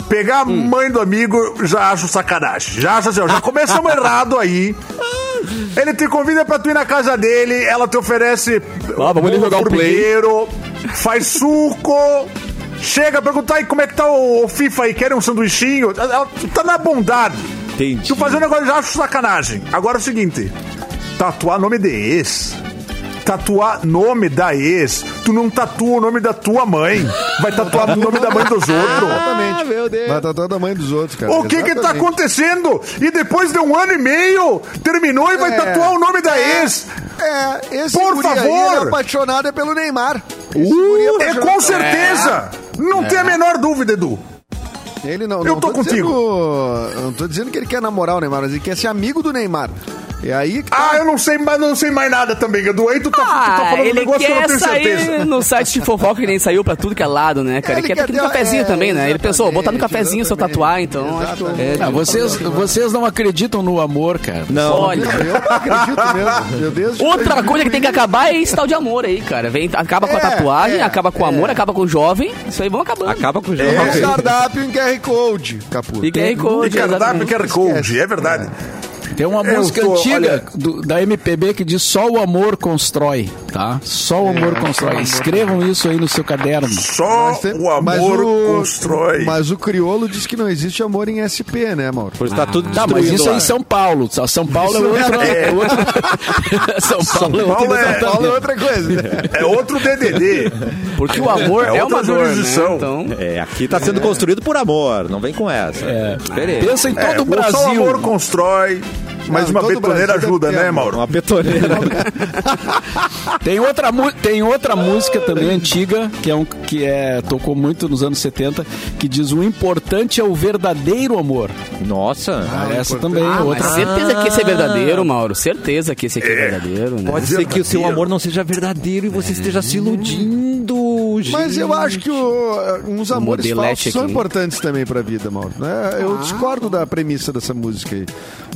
Pegar a mãe do amigo, já acho sacanagem. Já acho assim, ó, já começamos errado aí. Ele te convida pra tu ir na casa dele, ela te oferece.
Ah, vamos ali
ovo
jogar um play.
formigueiro, Faz suco. Chega, perguntar aí como é que tá o o FIFA aí, quer um sanduichinho? Ela- ela- Tu tá na bondade.
Entendi.
Tu fazer um negócio, já acho sacanagem. Agora é o seguinte: tatuar nome de ex. Tatuar nome da ex. Tu não tatua o nome da tua mãe. Vai tatuar o nome da mãe dos outros.
Exatamente.
Ah, meu Deus.
Vai tratar da mãe dos outros, cara.
O que que tá
Exatamente.
acontecendo? E depois de um ano e meio, terminou e vai
É.
tatuar o nome da ex.
É, esse
Por
guri aí,
favor!
ele é apaixonado é pelo Neymar. Esse guri
Uh, é
apaixonado
com certeza. Não tem a menor dúvida, Edu.
Ele não,
Eu
não
tô contigo.
Dizendo, eu não tô dizendo que ele quer namorar o Neymar, mas ele quer ser amigo do Neymar. É aí que tá.
Ah, eu não sei mais, não sei mais nada também, Gadu. Aí tu tá, tu tá
Ah,
falando um
ele
negócio que eu não
quer
tenho certeza.
sair no site de fofoca que nem saiu pra tudo que é lado, né, cara? Ele, quer ter
quer
aquele
ter-
cafezinho
é,
também, né? Ele pensou, botar no
exatamente,
cafezinho se eu
exatamente.
tatuar, então acho que eu...
Exatamente.
Ah, vocês, vocês não acreditam no amor, cara.
Não.
Olha,
Eu não acredito mesmo. Meu Deus.
outra coisa que tem que acabar é esse tal de amor aí, cara. Vem, acaba com a
É,
tatuagem,
é,
acaba com o amor, acaba com o jovem. Isso aí vão acabando.
Acaba com o jogo.
Tem
É.
cardápio em QR Code, Capu.
E QR
E
Code,
cardápio
exatamente.
QR Code, é verdade.
Tem uma
Eu
música
sou-
antiga
olha-
do- da MPB que diz só o amor constrói, tá? Só o amor constrói. Escrevam isso aí no seu caderno.
Só
Mas tem-
o
mas
amor
o-
constrói.
Mas o criolo diz que não existe amor em SP, né, Mauro?
Por isso tá tudo
Tá, mas
destruído
isso é
lá.
em São Paulo. São- São Paulo é outra. é outra- São Paulo é outra.
Paulo é,
Fala outra coisa.
é outro DDD.
Porque o amor
É
é,
outra
uma dor, né?
jurisdição.
Então...
É, aqui tá sendo construído por amor. Não vem com essa. É. Diferente.
Pensa em todo
É,
o
Só o
Brasil.
amor constrói. Mas
Não,
uma
todo o
betoneira
Brasil
ajuda,
deve ter
né,
amor.
Mauro?
Uma petoneira.
Tem outra, mu- tem outra música também antiga, que é um que é tocou muito nos anos 70, que diz o importante é o verdadeiro amor.
Nossa.
Essa também é
Ah, mas
outra.
certeza que esse é verdadeiro, Mauro. Certeza que esse aqui é, verdadeiro, né?
Pode ser que o seu amor não seja verdadeiro e você esteja se iludindo. gente.
Mas eu acho que o- uns amores
modelete
falsos são
aqui.
importantes também pra vida, Mauro. né?
Ah.
Eu discordo da premissa dessa música aí.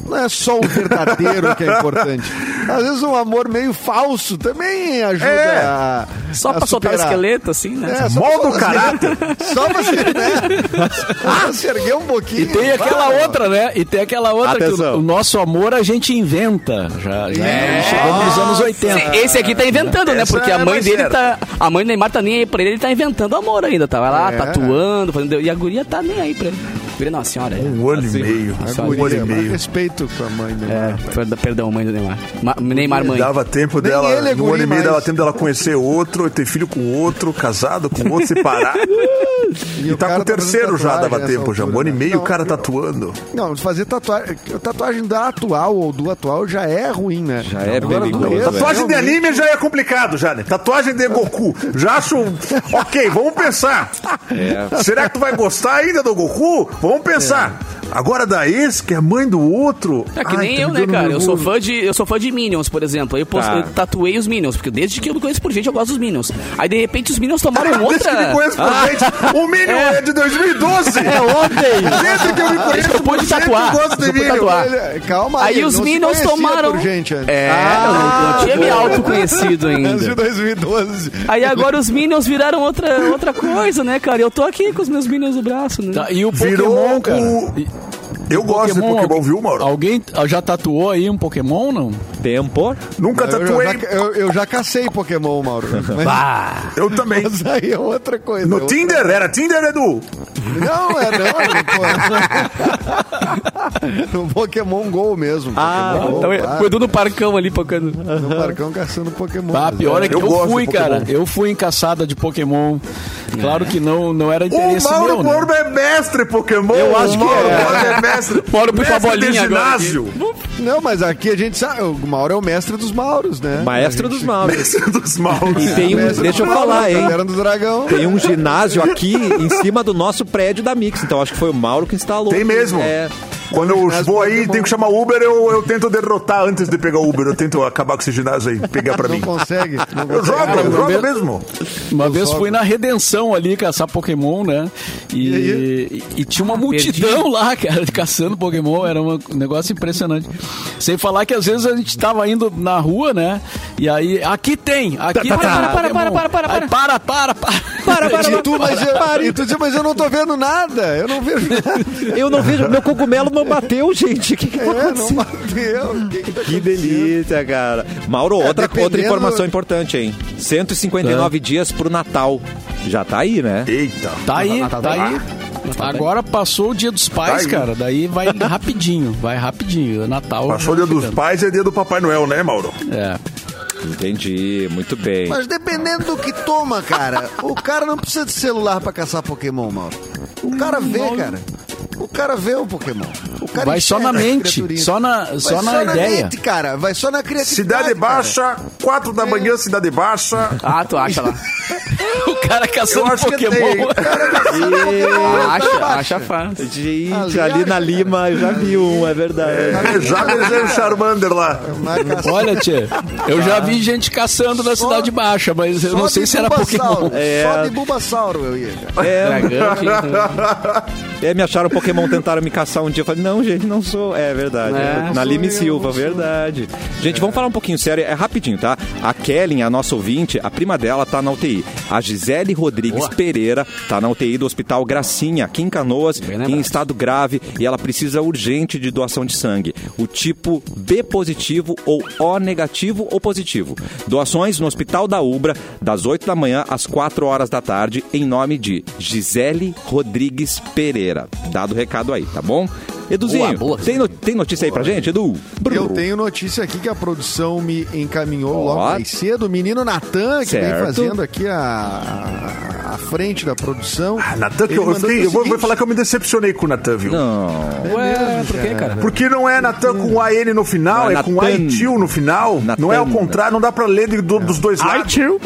Não é só o verdadeiro que é importante. Às vezes um amor meio falso também ajuda
É.
a.
Só
a
pra soltar o
superar.
esqueleto, assim, né?
É, só pra
Molda o
soltar-
caráter.
Só pra se, né? Só pra se erguer um pouquinho.
E tem aquela
Vai,
outra, né? E tem aquela outra que o-
Atenção.
o, nosso amor a gente inventa. Já, já chegou nos anos 80.
Esse, É. esse aqui tá inventando, né?
Essa
Porque a
é
mãe
mais
dele
certa.
tá. A mãe do Neymar tá nem aí pra ele, ele tá inventando amor ainda. Tava lá tatuando, fazendo. E a guria tá nem aí pra ele. Guria, não, a senhora.
Um ano e meio.
A
Um ano e
guria, mas
meio.
respeito com a mãe né? dele.
É, perd- perdão, mãe do Neymar. Ma- Neymar, mãe.
Dava tempo
Nem
dela,
ele é
um ano
guri
e meio
mais.
dava tempo dela conhecer outro, ter filho com outro, casado com outro, separar. E,
o
tá
cara
com
tá fazendo
o terceiro já,
tatuagem
dava
nessa
tempo já. Um
altura,
ano e
né?
meio o
Não,
cara
eu-
tatuando.
Não, fazer tatuagem. Tatuagem da atual ou do atual já é ruim, né? Já
é perigoso, é.
Tatuagem de anime já é complicado, já, né? Tatuagem de Goku. Já acho. Ok, vamos pensar. Será que tu vai gostar ainda do Goku? Vamos pensar. Agora da ex, que é mãe do outro.
É que
Ai,
nem
tá
eu,
me
né,
dando
cara? Eu sou,
nervoso.
fã de, eu sou fã de Minions, por exemplo. Aí eu, posto-
Tá.
eu tatuei os Minions, porque desde que eu me conheço por gente, eu gosto dos Minions. Aí de repente os Minions tomaram
Ah, Desde que me
outra. Ah.
conheço por gente, o Minion é. de 2012. É
ontem!
Desde que eu me conheço
que eu pude
por gente,
tatuar.
eu gosto de
Eu pude
Minion.
tatuar.
Ele- é, calma
Aí
ele
os
não se
Minions
conhecia
tomaram-
Por gente né? Ah, antes.
É,
Ah,
não, não tinha me autoconhecido
Antes de
ainda.
2012.
Aí agora os Minions viraram outra, outra coisa, né, cara? Eu tô aqui com os meus Minions no braço, né?
Tá, e o
Virou
Pokémon, cara?
o-
E-
Eu gosto de Pokémon, viu, Mauro?
Alguém ah, já tatuou aí um Pokémon, não?
Tempo.
Nunca
Eu já,
tatuei.
eu, eu já cacei Pokémon, Mauro. Mas,
Eu também.
mas aí é outra coisa. é
No
outra-
Tinder, era Tinder, Edu.
Não, é não. pô. no Pokémon GO mesmo.
Ah,
Pokémon
Então,
Go,
é,
claro.
o Edu no parcão ali tocando.
No Parcão caçando Pokémon.
Ah, pior é que
Eu
eu,
gosto
fui,
de Pokémon.
cara. Eu fui em caçada de Pokémon. Claro que não, não era
O
interesse
Mauro
meu, né?
Borba é mestre Pokémon.
Eu acho
o
que
Mauro
é.
Borba é mestre.
Mauro puxa a
mestre de
bolinha agora aqui.
ginásio.
Não, mas aqui a gente sabe. O Mauro é o mestre dos Mauros, né?
Maestro dos maus.
Mestre dos Mauros.
E tem um-
Mestre
deixa eu
dos
falar,
Mauros,
hein?
Caverna do Dragão.
Tem um ginásio aqui em cima do nosso prédio da Mix. Então acho que foi o Mauro que instalou.
Tem mesmo.
É.
Quando eu
ginásio
vou aí,
Pokémon.
tenho que chamar Uber, eu, eu tento derrotar antes de pegar o Uber. Eu tento acabar com esse ginásio aí, pegar pra
Não
um
mim.
consegue. Não
Eu
consegue.
jogo,
Cara,
eu jogo
primeiro-
mesmo.
Uma vez fui na Redenção ali caçar Pokémon, né? E, e- e
Ah,
tinha uma multidão lá, cara, caçando Pokémon. Era uma- um negócio impressionante. Sem falar que às vezes a gente tava indo na rua, né? E aí, aqui tem, aqui
Tá, tá,
tem
tá. Para, para, para,
Pokémon.
para, para, para.
Aí, para, para, para.
E tu, mas eu, e tu diz, mas eu não tô vendo nada. Eu não vejo nada.
Eu não vejo. Meu cogumelo não bateu, gente. O que, que tá
É, não
acontecendo?
bateu. O que que tá
Que delícia, cara. Mauro, outra,
dependendo-
outra informação importante, hein? 159 dias pro Natal. Já tá aí, né?
Eita.
Tá aí, tá aí. Agora passou o dia dos pais,
aí.
cara. Daí vai rapidinho, vai rapidinho. É Natal.
Passou o dia dos
ficando.
pais e é dia do Papai Noel, né, Mauro?
É.
Entendi. Muito bem.
Mas dependendo do que toma, cara, o cara não precisa de
Hum,
celular pra caçar Pokémon, Mauro. O cara vê, cara. O cara vê o Pokémon. O cara
Vai só na
enxerga as
mente,
criaturinhas.
só na,
Vai
só na ideia.
mente, cara. Vai só na criatividade.
Cidade
cara.
Baixa, 4 da
É.
manhã, Cidade Baixa.
Ah, tu acha lá. o cara
Eu
caçando
acho que tem.
Pokémon. Ah, acha, acha fácil.
Gente, ali na Lima eu já vi um, é verdade.
É, Jagers é o Charmander lá.
Marca-
Olha, tia, eu já vi gente caçando na Cidade Baixa, mas eu
só
não sei
de
se era
Bulbasauro,
Pokémon.
Só
É.
de Bulbasauro eu ia. cara.
É, me acharam Pokémon, tentaram me caçar um dia. Eu falei, não, gente, não sou. É verdade.
É.
Na Lime Silva, verdade. Gente, vamos falar um pouquinho sério, é rapidinho, tá? A Kellen, a nossa ouvinte, a prima dela tá na UTI. A Gisele Rodrigues Pereira tá na UTI do Hospital Gracinha, aqui em Canoas, em
lembrado.
estado grave, e ela precisa urgente de doação de sangue. O tipo B positivo ou O negativo ou positivo. Doações no Hospital da Ubra, das 8 da manhã às 4 horas da tarde, em nome de Gisele Rodrigues Pereira. Dado o recado aí, tá bom? Eduzinho,
Boa, boa.
tem, no- tem notícia aí pra gente, Edu?
Eu tenho notícia aqui que a produção me encaminhou logo
Ó.
mais cedo. O menino Natan, que vem
Certo.
fazendo aqui a, a, a frente da produção.
Ah, Natan, que
ele
eu, eu
mandou é
fiquei-
o
eu vou, vou
seguinte.
falar que eu me decepcionei com o Natan, viu?
Não.
Ué, por que, cara?
Porque não é Natan com AN no final,
Não, é
é com
Natan.
AITIL no final.
Natan.
Não é ao contrário, não dá pra ler de- do- dos dois lados.
tio,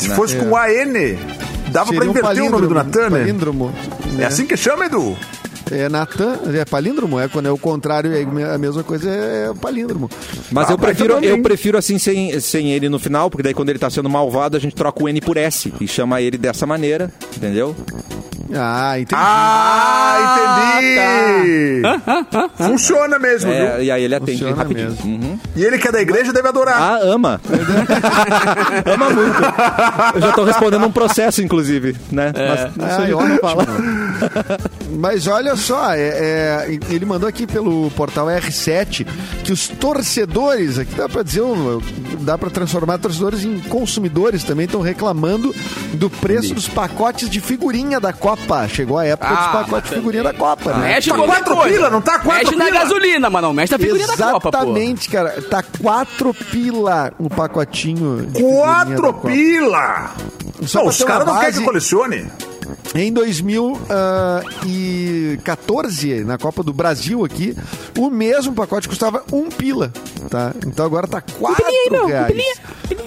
Se fosse com AN, dava pra
Seria um
inverter o nome do
palíndromo,
Natan, né?
Palíndromo.
É assim que chama, Edu?
É Natan, é palíndromo, é quando é o contrário, é a mesma coisa é o palíndromo.
Mas
Ah,
eu,
mas
prefiro,
também.
eu prefiro assim sem, sem ele no final, porque daí quando ele tá sendo malvado, a gente troca o N por S e chama ele dessa maneira, entendeu?
Ah, entendi.
Ah, entendi! Funciona mesmo,
É,
viu?
e aí ele atende
Funciona
rapidinho.
mesmo.
Uhum.
E ele que é da igreja deve adorar.
Ah, ama. ama muito. Eu já tô respondendo um processo, inclusive, né?
É.
Mas não sei
Ai,
de como
ótimo.
falar.
Mas olha só, é- é, ele mandou aqui pelo portal R7 que os torcedores, aqui dá pra dizer, um- dá pra transformar torcedores em consumidores também, estão reclamando do preço dos pacotes de figurinha da Copa. Chegou a época dos
Ah,
pacotes de figurinha da Copa, né?
Mexe
Tá
qualquer
quatro
coisa.
pila, não tá quatro
Mexe na
pila?
gasolina, mano. Mexe na figurinha da Copa, pô.
Exatamente, cara. Tá quatro pila o pacotinho. de figurinha da
Quatro
Copa.
pila!
Só
Não,
pra
os
ter uma
caras não querem
base-
que colecione.
Em 2014, na Copa do Brasil aqui, o mesmo pacote custava um pila, tá? Então agora tá quatro reais.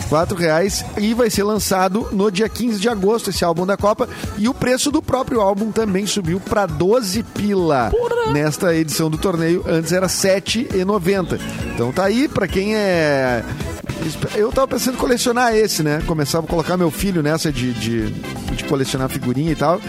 Quatro reais e vai ser lançado no dia 15 de agosto esse álbum da Copa e o preço do próprio álbum também subiu para 12 pila nesta edição do torneio. Antes era 7,90. Então tá aí pra quem é eu tava pensando em colecionar esse, né? Começava a colocar meu filho nessa de, de, de colecionar figurinha e tal.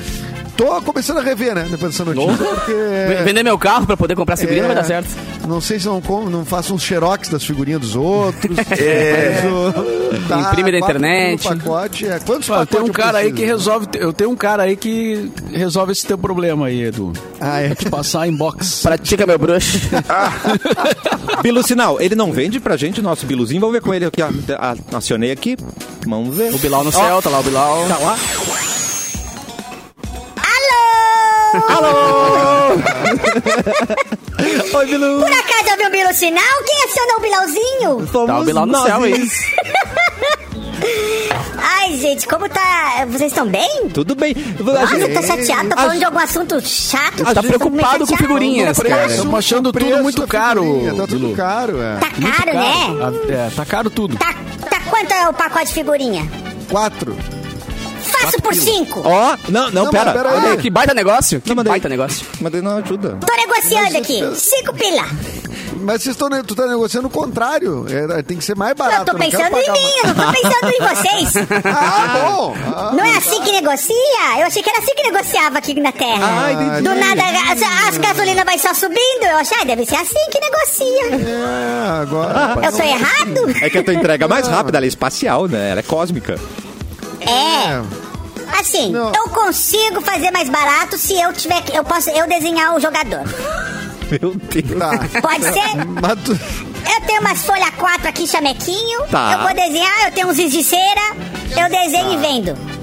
Tô começando a rever, né? Depois dessa notícia. Porque...
V- Vender meu carro pra poder comprar figurinha não vai dar certo.
É, Não sei se não, com- não faço uns xerox das figurinhas dos outros.
É.
Mas, o- Tá,
Imprime na
quatro
internet.
pelo Pacote, é. Quantos
Ah,
pacotes
tem um
eu
cara aí que
preciso?
resolve. Eu tenho um cara aí que resolve esse teu problema aí, Edu.
Ah, é.
Te passar em box.
Pratica meu bruxo.
Bilu Sinal, ele não vende pra gente nosso Biluzinho. Vamos ver com ele aqui. ó. A- Acionei aqui. Vamos ver.
O Bilal no céu, tá lá o Bilal.
Tá lá. Alô! Alô! Oi, Bilu.
Por acaso abriu o Bilo um Sinal? Quem acionou o Bilauzinho?
Somos
Tá o Bilal no
nós.
céu, hein?
Ai, gente, como tá. Vocês estão bem?
Tudo bem. A
Nossa, eu
gente-
tô chateado, tô
a
falando
gente-
de algum assunto chato.
Tá
tô super
preocupado com
chateado.
figurinhas, cara.
Preço,
Estamos achando
o
tudo
preço
muito
da
caro,
figurinha, Tá tudo
Bilu.
caro, é.
Tá caro, né?
Ah, É, tá caro tudo.
Tá, tá quanto é o pacote de figurinha?
Quatro.
Faço por cinco.
Ó, não, não,
Não,
pera.
mas pera aí.
Olha
Que baita negócio. Que
Não, mas daí-
baita negócio.
Mas daí não ajuda.
Tô negociando
eu-
aqui. Cinco pila.
Mas vocês estão, ne- tu tá negociando o contrário. É, tem que ser mais
Eu
barato.
tô
quero
pensando em
pagar
mim, eu não tô pensando em vocês.
mais. Ah, bom. Ah,
Não é assim que negocia? Eu achei que era assim que negociava aqui na Terra.
Ah, entendi.
Do nada, as, as gasolina vai só subindo. Eu achei, ah, deve ser assim que negocia.
é, agora.
Eu sou errado?
É que a tua entrega é mais
Ah.
rápida, ela é espacial, né? Ela é cósmica.
É. Assim,
Não.
eu consigo fazer mais barato se eu tiver que. Eu posso eu desenhar o jogador.
Meu Deus.
Tá.
Pode ser?
Mas tu...
Eu tenho umas folhas 4 aqui, chamequinho.
Tá.
Eu vou desenhar, eu tenho uns giz de cera. Eu desenho e vendo.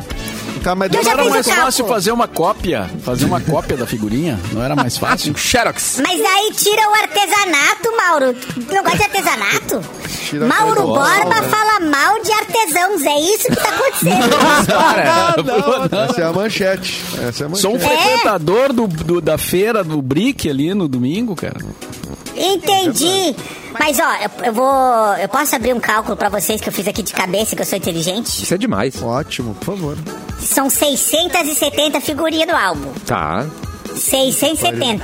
Tá, mas
Eu já
demora
fiz
mais
mais
o capo.
fácil fazer uma cópia. Fazer uma cópia da figurinha? Não era mais fácil?
Xerox.
Mas aí tira o artesanato, Mauro. Tu não gosta de artesanato?
Tira a
Mauro
coisa do
Borba
alto, né?
fala mal de artesãos. É isso que tá acontecendo.
Para!
Essa é a manchete. Essa é a manchete.
Sou um frequentador do, do- da feira do Brick ali no domingo, cara.
É
Entendi. Mas ó, eu, eu vou. Eu posso abrir um cálculo pra vocês que eu fiz aqui de cabeça, que eu sou inteligente?
Isso é demais.
Ótimo, por favor.
São 670 figurinhas do álbum.
Tá.
670.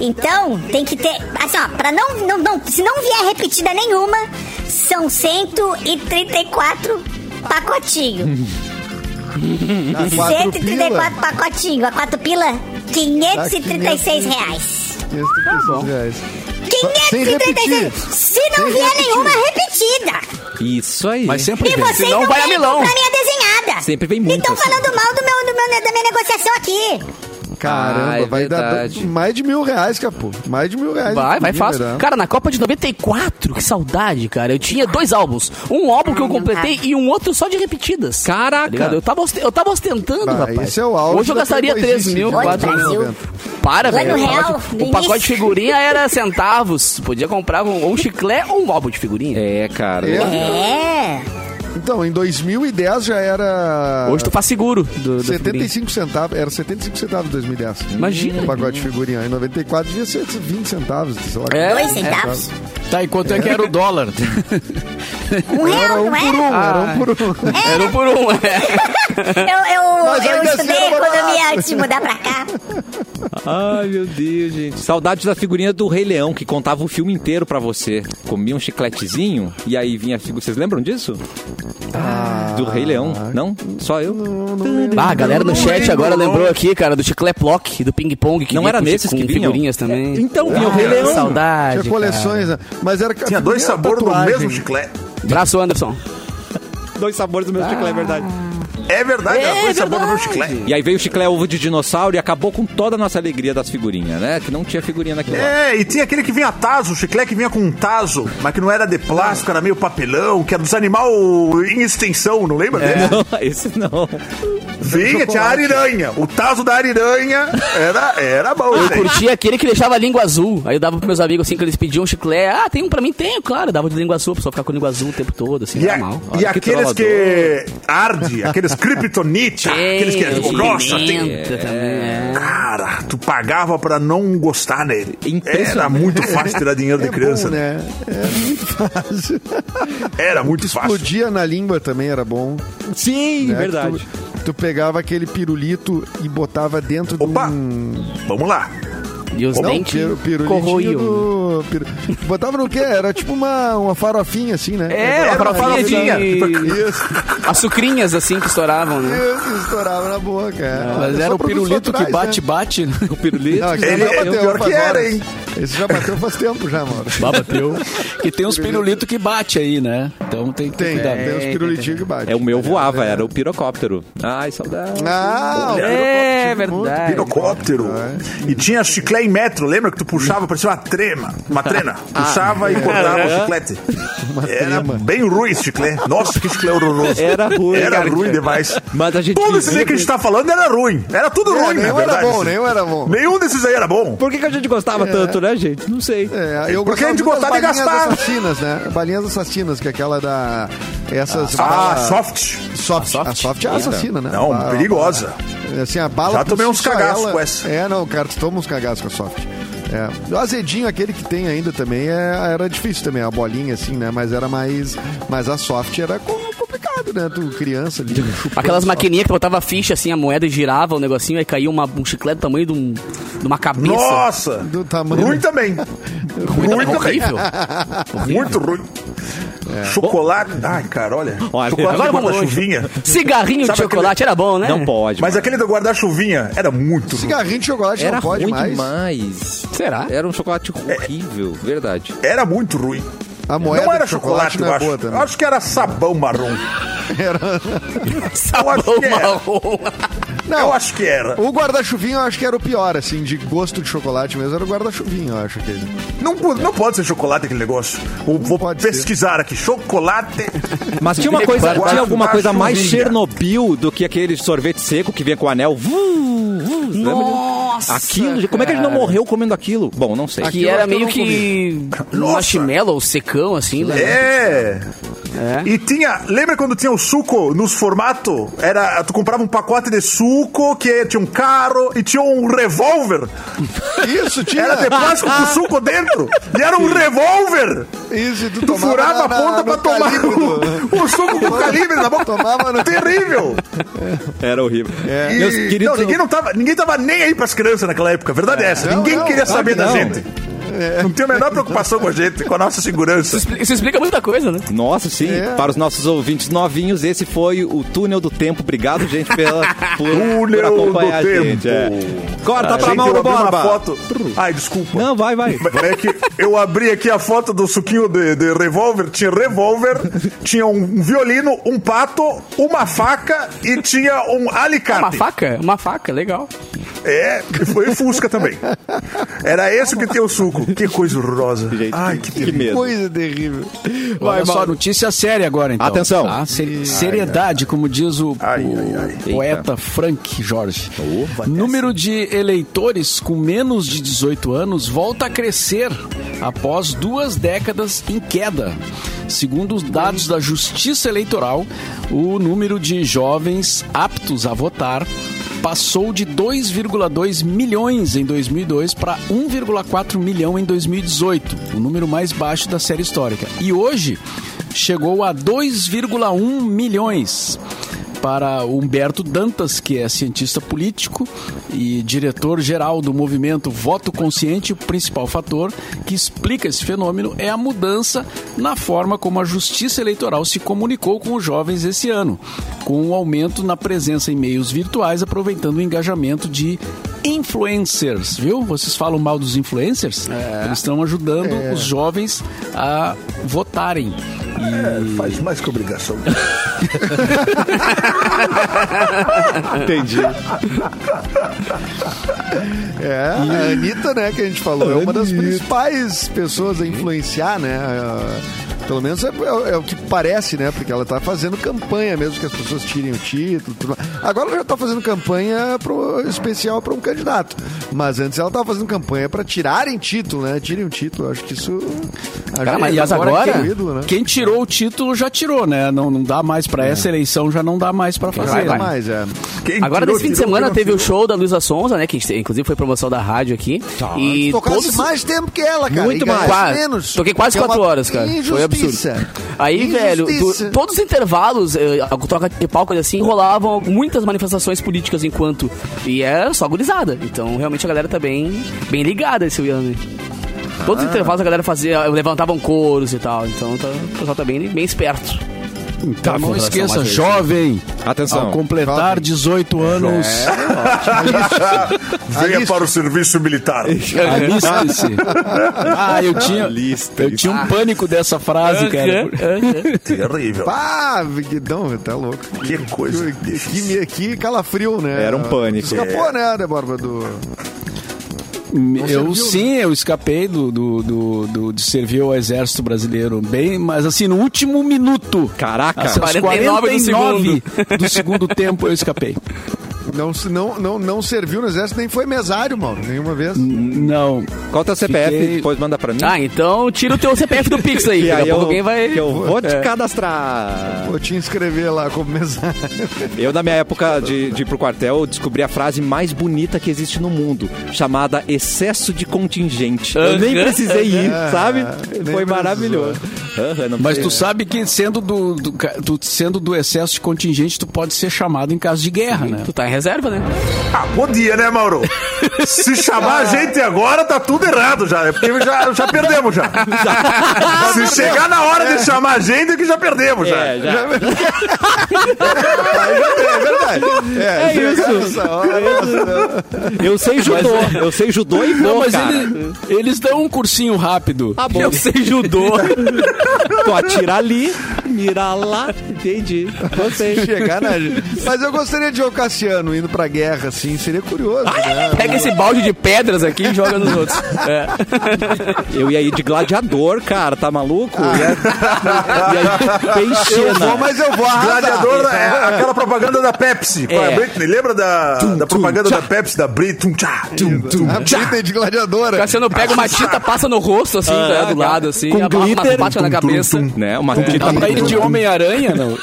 Então, tem que ter. Assim, ó, pra não, não, não. Se não vier repetida nenhuma, são 134 pacotinhos.
Ah, quatro
134 pacotinhos. A quatro pila, 536 reais.
pila,
Tá
536 reais. Sem
536!
repetir.
Se não
Sem
vier
repetir.
nenhuma repetida!
Isso aí.
Mas sempre
E
vem.
vocês
senão
não
vai a
querem
Milão.
comprar minha desenhada!
Sempre vem
E
muito.
estão
assim.
falando mal do meu, do meu- da minha negociação aqui!
Caramba,
Ah, é
vai
verdade.
dar mais de mil reais, capô. Mais de mil reais.
Vai, vai
Ih,
fácil.
dar.
Cara, na Copa de 94, que saudade, cara. Eu tinha dois álbuns. Um álbum que eu
Ai,
completei
não
e um outro só de repetidas. Tá
Caraca.
Ligado? Eu tava, ost- eu tava ostentando,
Bah,
rapaz.
esse é o auge
Hoje eu
da
gastaria 3
coisice,
mil,
né?
4
Brasil.
mil. Para,
Lá no
velho. O
real,
pacote-
no
o pacote de
início.
figurinha era centavos. Podia comprar um, ou um chiclete ou um álbum de figurinha.
É, cara.
É.
É!
Então, em 2010 já era.
Hoje tu faz seguro do, do figurinha.
75 centavos, era 75 centavos em 2010.
Imagina.
Um pacote de figurinha. Em 94 devia ser 20 centavos, sei lá.
É.
Dois centavos?
Tá, e quanto é que era o dólar?
Um
Era
real,
um por
não
um,
era?
era um por um.
Era um por um, é.
Eu, eu,
Mas
eu
ainda assim
estudei
era
economia
barato.
antes de mudar pra cá.
Ai, meu Deus, gente. Saudades da figurinha do Rei Leão, que contava o filme inteiro pra você. Comia um chicletezinho e aí vinha a figura. Vocês lembram disso? do Rei Leão. Não? Só eu? Não,
É.
Ah, a galera no chat
lembro,
agora
não.
lembrou aqui, cara, do chiclete block e do ping-pong. que
Não
vinha
era
com chi-
nesses
com
que vinham?
figurinhas também.
É.
Então vinha o Rei
Que
Leão.
saudade,
Tinha coleções, né? Mas era.
Tinha dois
era
sabores do
tatuagem.
mesmo chiclete.
cara. Braço, Anderson.
Dois sabores do meu chiclete, é verdade.
É verdade, era dois sabores do mesmo chiclete.
E aí veio o chiclete ovo de dinossauro e acabou com toda a nossa alegria das figurinhas, né? Que não tinha figurinha naquele lá.
É, e tinha aquele que vinha taso, o chiclete que vinha com um taso, mas que não era de plástico, era meio papelão, que era dos animal em extinção, não lembra dele?
Não, esse não.
Vinha, tinha a ariranha. O taso da ariranha era, era bom,
Eu
gente.
curtia aquele que deixava a língua azul. Aí eu dava pros meus amigos assim, que eles pediam um chiclete. Ah, tem um pra mim? Tenho, claro. Eu dava de língua azul, o pessoal ficava com língua azul o tempo todo, assim,
E, a-
normal.
e
Olha que
aqueles que arde, aqueles kryptonite, aqueles que é tipo,
Tem,
nossa, tem, um
pimenta também, é.
cara, tu pagava pra não gostar nele.
Impressionante.
Era muito fácil tirar dinheiro de
É
criança,
bom,
né?
né? É muito fácil.
Era muito fácil.
Explodia na língua também, era bom.
Sim,
né?
verdade.
Tu, tu pegava aquele pirulito e botava dentro
Opa,
de um...
vamos lá.
E os
Não,
dentes
piru, pirulitinho
corroíam.
do... piru- Botava no quê? Era tipo uma, uma farofinha, assim, né?
É, uma
Era uma
farofinha de...
Isso,
Açucrinhas, assim, que estouravam, né?
isso, estourava na boca. é.
Mas
Só
era o
produção
pirulito
atrás,
que
né?
bate-bate. Né?
O pirulito.
Não, esse
Ele-
já
é
bateu,
pior
faz
que era,
horas.
hein?
Esse já bateu faz tempo já, mano.
Bateu. Que tem uns pirulito que bate aí, né? Então tem que ter
Tem,
cuidado.
tem os pirulitinhos que batem.
É, o meu voava, era o pirocóptero. Ai, saudade.
Ah, o
É,
pirocóptero, muito.
verdade.
Pirocóptero.
É.
E tinha chiclete em metro, lembra que tu puxava, parecia uma trema, uma trena. Puxava e cortava o chiclete. Era
Ah. trema.
bem ruim esse chiclete. Nossa, que chiclete horroroso.
Era ruim,
Era
cara.
ruim demais.
Mas a gente
Tudo isso aí
vivia
que a gente tá falando era ruim. Era tudo
É,
ruim, na
nenhum era
verdade.
bom, nenhum era bom.
Nenhum desses aí era bom.
Por que, que a gente gostava tanto, né, gente? Não sei.
É, eu
Porque a gente
muito das
gostava de
balinhas
gastar.
assassinas, né? Balinhas assassinas, que é aquela da... Essas...
Ah,
bala-
soft.
Soft. A soft é assassina, né?
Não,
A-
perigosa.
É Assim, a bala
Já
por
tomei
si
uns
só,
cagaços com essa.
É, não, cara, tu toma uns cagaços com a soft. É. O azedinho, aquele que tem ainda também, é- era difícil também, a bolinha assim, né? Mas era mais. Mas a soft era co- complicado, né? Tu criança ali. chupando
Aquelas
soft.
maquininhas que tu botava a ficha, assim, a moeda e girava o negocinho, aí caía uma, um chiclete do tamanho de, um- de uma cabeça.
Nossa!
Do tamanho.
Ruim também. ruim também.
horrível.
Muito ruim.
É.
Chocolate. Ai, cara, olha.
Olha,
chocolate
agora
de
vamos longe.
guarda-chuvinha.
Cigarrinho de
Sabe aquele-
chocolate, era bom, né?
Não
É
pode.
Mas aquele do guarda-chuvinha era muito ruim.
Cigarrinho de chocolate
Era
não pode
ruim
mais.
demais.
Será?
Era um chocolate horrível, verdade.
Era muito ruim.
A moeda
não era
de chocolate,
chocolate,
não
eu
é
acho.
boa também.
Eu acho que era sabão marrom.
Sabão
acho que é.
marrom.
Não,
Eu acho que era.
O guarda-chuvinho eu acho que era o pior, assim, de gosto de chocolate mesmo, era o guarda-chuvinho, eu acho aquele.
Não, po- não pode ser chocolate aquele negócio. Eu vou
pode ser.
pesquisar aqui. Chocolate.
Mas tinha uma coisa,
Guarda-
tinha alguma coisa mais
chuvinha.
Chernobyl do que aquele sorvete seco que vinha com anel. Vu, vu, lembra disso?
Nossa!
Aquilo, gente, como é que a gente não morreu comendo aquilo? Bom, não sei.
Que era meio que
Nossa.
marshmallow secão, assim, né?
É. E tinha, lembra quando tinha o suco nos formato? Era, tu comprava um pacote de suco que tinha um carro e tinha um revólver.
Isso, tinha.
Era de plástico com suco dentro. E era um revólver.
Isso, e tu,
Tu
tomava
furava a
na-
ponta
no
pra tomar um.
calibre do-
o, o suco com calibre na boca.
Tomava no- É.
Terrível.
Era horrível.
E-
Meus queridos,
É. não, ninguém, não tava, ninguém tava nem aí pras crianças naquela época. A verdade é, essa.
Não,
ninguém
não,
queria
claro
saber
que
da
não. É.
gente. Não tinha a menor preocupação com a gente, com a nossa segurança.
Isso expli- Isso explica muita coisa, né?
Nossa, sim.
É.
Para os nossos ouvintes novinhos, esse foi o Túnel do Tempo. Obrigado, gente, pela, por, por
Túnel
acompanhar
do
a gente. é.
Tempo.
Corta
Ah,
pra
gente,
Mauro
eu abri uma
Borba.
Foto... Ai, desculpa.
Não, vai, vai.
É que eu abri aqui a foto do suquinho de, de revólver. Tinha revólver, tinha um violino, um pato, uma faca e tinha um alicate.
Uma faca? Uma faca, legal.
É, e foi Fusca também. Era esse que tinha o suco. Que coisa horrorosa.
Gente,
Ai, que
que, que medo.
Coisa terrível.
Olha só, notícia séria agora, então.
Atenção.
tá? Seri- seriedade, como diz o,
Ai,
o
ai, ai.
poeta Frank Jorge. Número de eleitores com menos de 18 anos volta a crescer após duas décadas em queda. Segundo os dados da Justiça Eleitoral, o número de jovens aptos a votar passou de 2,2 milhões em 2002 para 1,4 milhão em 2018, o número mais baixo da série histórica. E hoje chegou a 2,1 milhões. Para Humberto Dantas, que é cientista político e diretor-geral do movimento Voto Consciente, o principal fator que explica esse fenômeno é a mudança na forma como a justiça eleitoral se comunicou com os jovens esse ano, com o aumento na presença em meios virtuais, aproveitando o engajamento de influencers, viu? Vocês falam mal dos influencers? Eles estão ajudando os jovens a votarem.
Faz mais que obrigação.
Entendi. É, a Anitta, né, que a gente falou, é uma das principais pessoas a influenciar, né? eh, Pelo menos é, é- é o que parece, né? Porque ela tá fazendo campanha mesmo, que as pessoas tirem o título. tudo mais. Agora ela já tá fazendo campanha pro, especial para um candidato. Mas antes ela tava fazendo campanha para tirarem título, né? Tirem o título. Acho é que isso. ajuda
mas
muito
agora-
o ídolo, né?
Quem tirou o título já tirou, né? Não, não dá mais pra essa eleição, já não dá mais pra fazer.
Vai, vai.
né?
mais, é.
Quem
Agora,
tirou,
nesse fim de
tirou,
semana,
quem não
teve o
tirou.
show da Luísa Sonza, né? Que a gente tem- inclusive foi promoção da rádio aqui.
Tá.
e
Tocasse
todos...
mais tempo que ela, cara.
Muito
e ganhasse
Quase.
menos.
Toquei
Que
quase
é uma
quatro horas, cara. Foi absurdo.
Injustiça.
Aí, velho,
Injustiça.
tu- todos os intervalos, eh, a troca de palco e assim, rolavam muitas manifestações políticas enquanto. E é só gurizada. Então, realmente, a galera tá bem, bem ligada esse ano. aí. Todos
Ah.
os intervalos a galera fazia, levantavam coros e tal. Então, tá- o pessoal tá bem, bem esperto.
Tá, não esqueça,
mais
jovem, ao
Atenção.
completar 18 anos,
Venha
Alice.
para o serviço militar.
aliste-se. Ah, eu tinha,
Aliste-se.
eu tinha um pânico dessa frase, cara.
Terrível.
Pá, Não, tá louco.
Que coisa.
Que, que, que calafrio, né?
Era um pânico.
Escapou, né, Débora? Do...
Eu sim, eu escapei do, do, do, do- de servir ao exército brasileiro bem, mas assim, no último minuto.
Caraca.
Assim, aos
49 do
49 do segundo tempo eu escapei.
Não, se- não, não, não serviu no exército, nem foi mesário, mano, nenhuma vez.
Não,
Qual teu CPF?
Fiquei-
Depois manda
Hum.
pra mim.
Ah, então tira o teu CPF do Pix aí.
que
Daqui a
aí
pouco
eu,
alguém vai.
que eu vou te
É.
cadastrar.
Vou te inscrever lá como mesário.
Eu, na minha época de, de ir pro quartel, eu descobri a frase mais bonita que existe no mundo, chamada excesso de contingente. Eu nem
Aham,
precisei ir,
aham.
sabe?
Nem
Foi
precisou.
maravilhoso. Aham, não
Mas
É.
precisei.
tu sabe que sendo do, do ca- tu sendo do excesso de contingente, tu pode ser chamado em caso de guerra, né?
Tu tá em reserva, né?
Ah, bom dia, né, Mauro? Se chamar a gente agora, tá tudo errado já. É porque já, já perdemos já. Se chegar na hora de chamar a gente, é que já perdemos já.
É, já.
É verdade. É, isso.
Eu sei judô. Eu sei judô e
Não,
vou,
mas
cara.
ele- eles dão um cursinho rápido.
Eu sei judô. tu atira ali, mira lá. Entendi. Gostei.
Chegar na... Mas eu gostaria de ver o Cassiano indo pra guerra, assim, seria curioso. né?
Pega esse balde de pedras aqui e joga nos outros. É.
Eu ia ir de gladiador, cara, tá maluco? Ia, ia ir
Eu vou,
peixena.
mas eu vou arrasar.
Gladiador é aquela propaganda da Pepsi. Com a
É.
Britney. Lembra da, da propaganda da Pepsi? Da Britney. Tum, tchá, tum, tum.
A Britney de gladiadora.
Cassiano pega uma tinta, passa no rosto, assim, tá, do lado, assim, e amarra uma faca na cabeça.
Né? Uma tita
Dá pra ir de Homem-Aranha, não?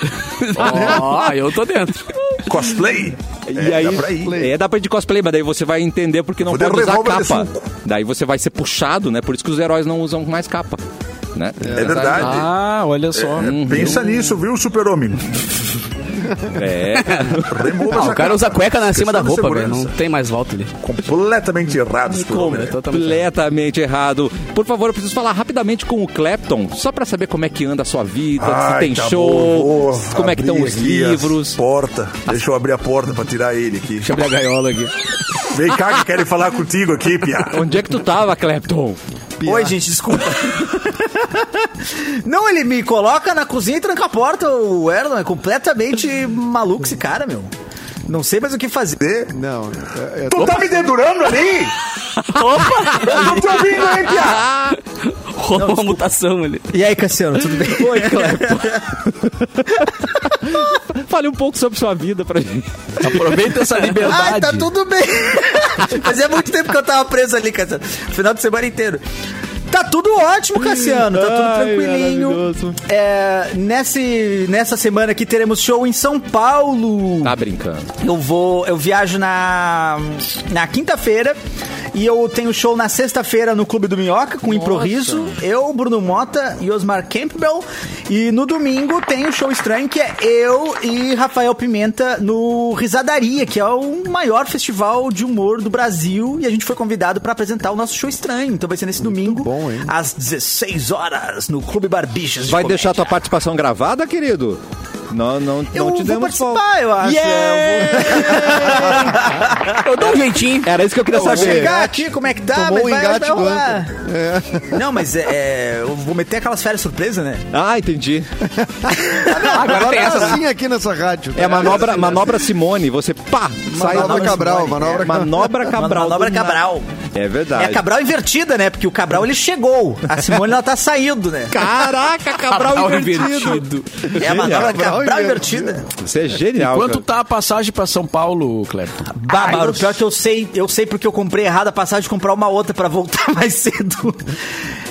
Tá Ó, eu tô dentro. Ah,
Cosplay.
E
É,
aí,
dá pra ir.
é, dá pra ir de cosplay, mas daí você vai entender porque não
Vou dar
pode usar
revólver de
capa.
suco.
Daí você vai ser puxado, né? Por isso que os heróis não usam mais capa. Né?
É verdade. É,
Ah, olha só.
uhum.
Pensa nisso, viu, super-homem?
É,
Remova
Não,
essa
Ah, o cara usa cueca na cima da
Questão de
roupa, velho.
segurança.
Não então. tem mais volta ali.
Completamente errado, né? super-homem.
completamente errado. Por favor, eu preciso falar rapidamente com o Clapton, só pra saber como é que anda a sua vida, se
Ai,
tem
tá
show,
bom, vou
como é que estão
abrir
os
aqui as
livros.
Porta. Deixa eu abrir a porta pra tirar ele aqui.
Deixa eu abrir a gaiola aqui.
Vem cá que querem falar contigo aqui, Pia.
Onde é que tu tava, Clapton?
Oi, gente, desculpa. Não, ele me coloca na cozinha e tranca a porta. O Erlon é completamente maluco esse cara, meu. Não sei mais o que fazer.
Não, é, é-
Tu tá me dedurando ali? Eu não tô ouvindo, hein, Pia?
Rolou uma mutação ali.
E aí, Cassiano, tudo bem?
Oi, Clapton. Fale um pouco sobre sua vida pra gente.
Aproveita essa liberdade.
Ai, tá tudo bem. Fazia muito tempo que eu tava preso ali, Cassiano. Final de semana inteiro. Tá tudo ótimo, Cassiano. Tá tudo
Ai,
tranquilinho.
maravilhoso.
É, nesse, nessa semana aqui teremos show em São Paulo.
Tá brincando.
Eu vou, eu viajo na na quinta-feira e eu tenho show na sexta-feira no Clube do Minhoca com improviso. Eu, Bruno Mota e Osmar Campbell. E no domingo tem o show estranho que é eu e Rafael Pimenta no Risadaria, que é o maior festival de humor do Brasil e a gente foi convidado pra apresentar o nosso show estranho. Então vai ser nesse domingo
bom, hein?
às 16 horas no Clube Barbixas. de
Vai
comédia.
deixar tua participação gravada, querido? Não, não,
eu
não te
vou
demos
participar,
folga.
eu acho. Eu vou-
Eu dou um jeitinho.
Era isso que eu queria
Vou
saber.
chegar aqui, como é que tá?
um Tomou
mas
o engate
vai,
do
vai rolar. Não, mas é, é, Eu vou meter aquelas férias surpresa, né?
Ah, entendi.
Agora
tem
é
essa,
assim aqui nessa rádio. né?
É manobra, manobra Simone, você pá, sai É,
Manobra Cabral, manobra
manobra
Cabral.
Cabral. do
Manobra
nada.
Cabral.
É
É
verdade.
a Cabral invertida, né? Porque o Cabral ele chegou. A Simone ela tá saindo, né?
Caraca, Cabral,
Cabral
invertido.
É a manobra
Cabral
Cabral
invertida.
invertida.
Isso é genial.
Quanto
cara.
tá a passagem pra São Paulo, Clepton?
Bah, Mauro, pior que eu sei, eu sei porque eu comprei errado a passagem de comprar uma outra pra voltar mais cedo.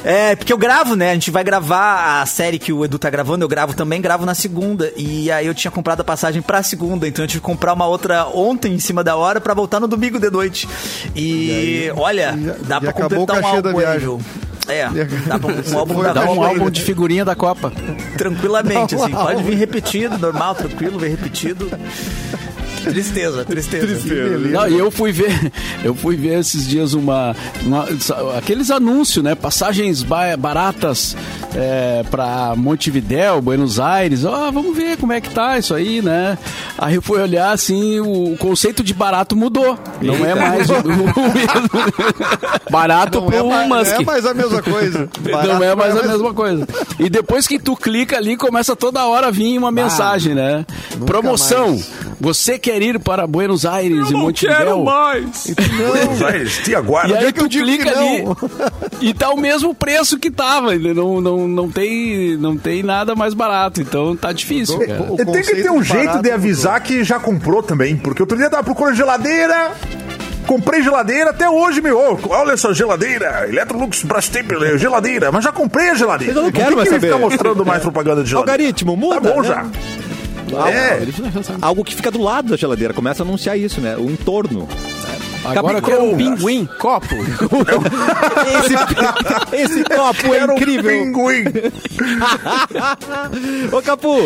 É, porque eu gravo, né? A gente vai gravar a série que o Edu tá gravando, eu gravo também, gravo na segunda. E aí eu tinha comprado a passagem pra segunda, então eu tive que comprar uma outra ontem em cima da hora pra voltar no domingo de noite. E, olha,
e a-
dá
e
pra
acabou
completar
o
um
cachê da
álbum, aí,
viagem.
viu? É,
E a-
dá pra um álbum
Foi
da
dar
Dá um
Ajuda aí,
álbum
né?
de figurinha da Copa.
tranquilamente,
Dá um
assim. Pode
álbum.
vir repetido, normal, tranquilo, vem repetido. Tristeza, tristeza.
Beleza.
Não, e eu fui ver, eu fui ver esses dias uma, uma- aqueles anúncios, né? Passagens ba- baratas é, para Montevidéu, Buenos Aires. Ó, vamos ver como é que tá isso aí, né? Aí eu fui olhar assim, o, o conceito de barato mudou. Não é mais o, o mesmo. barato
Não
pro
é, mais, não
Musk.
é mais a mesma coisa.
não é
Barato
mais a mesma coisa. E depois que tu clica ali, começa toda hora a vir uma mensagem, né? Promoção.
Ah, mais.
Você quer ir para Buenos Aires e Montevidéu?
mais.
Buenos Aires, te aguardo.
E aí
É que eu
tu
digo
clica
que
ali
não?
e tá o mesmo preço que tava. ele Não, não, não, tem, não tem nada mais barato, então tá difícil, cara.
o
E Tem que ter
conceito
um
de
jeito
barato é
de avisar que já comprou também, porque outro dia tava procurando geladeira. Comprei geladeira até hoje, meu. Ô, Olha essa geladeira, Electrolux Brastemp, geladeira. Mas já comprei a geladeira.
Eu não quero mais
que
saber.
ficar mostrando mais propaganda de geladeira.
Algoritmo, muda,
Tá bom
né?
já. é,
Algo que fica do lado da geladeira, começa a anunciar isso, né? O entorno.
Agora eu quero um pinguim, copo.
Esse, esse copo é
era um
incrível.
pinguim.
Ô, Capu,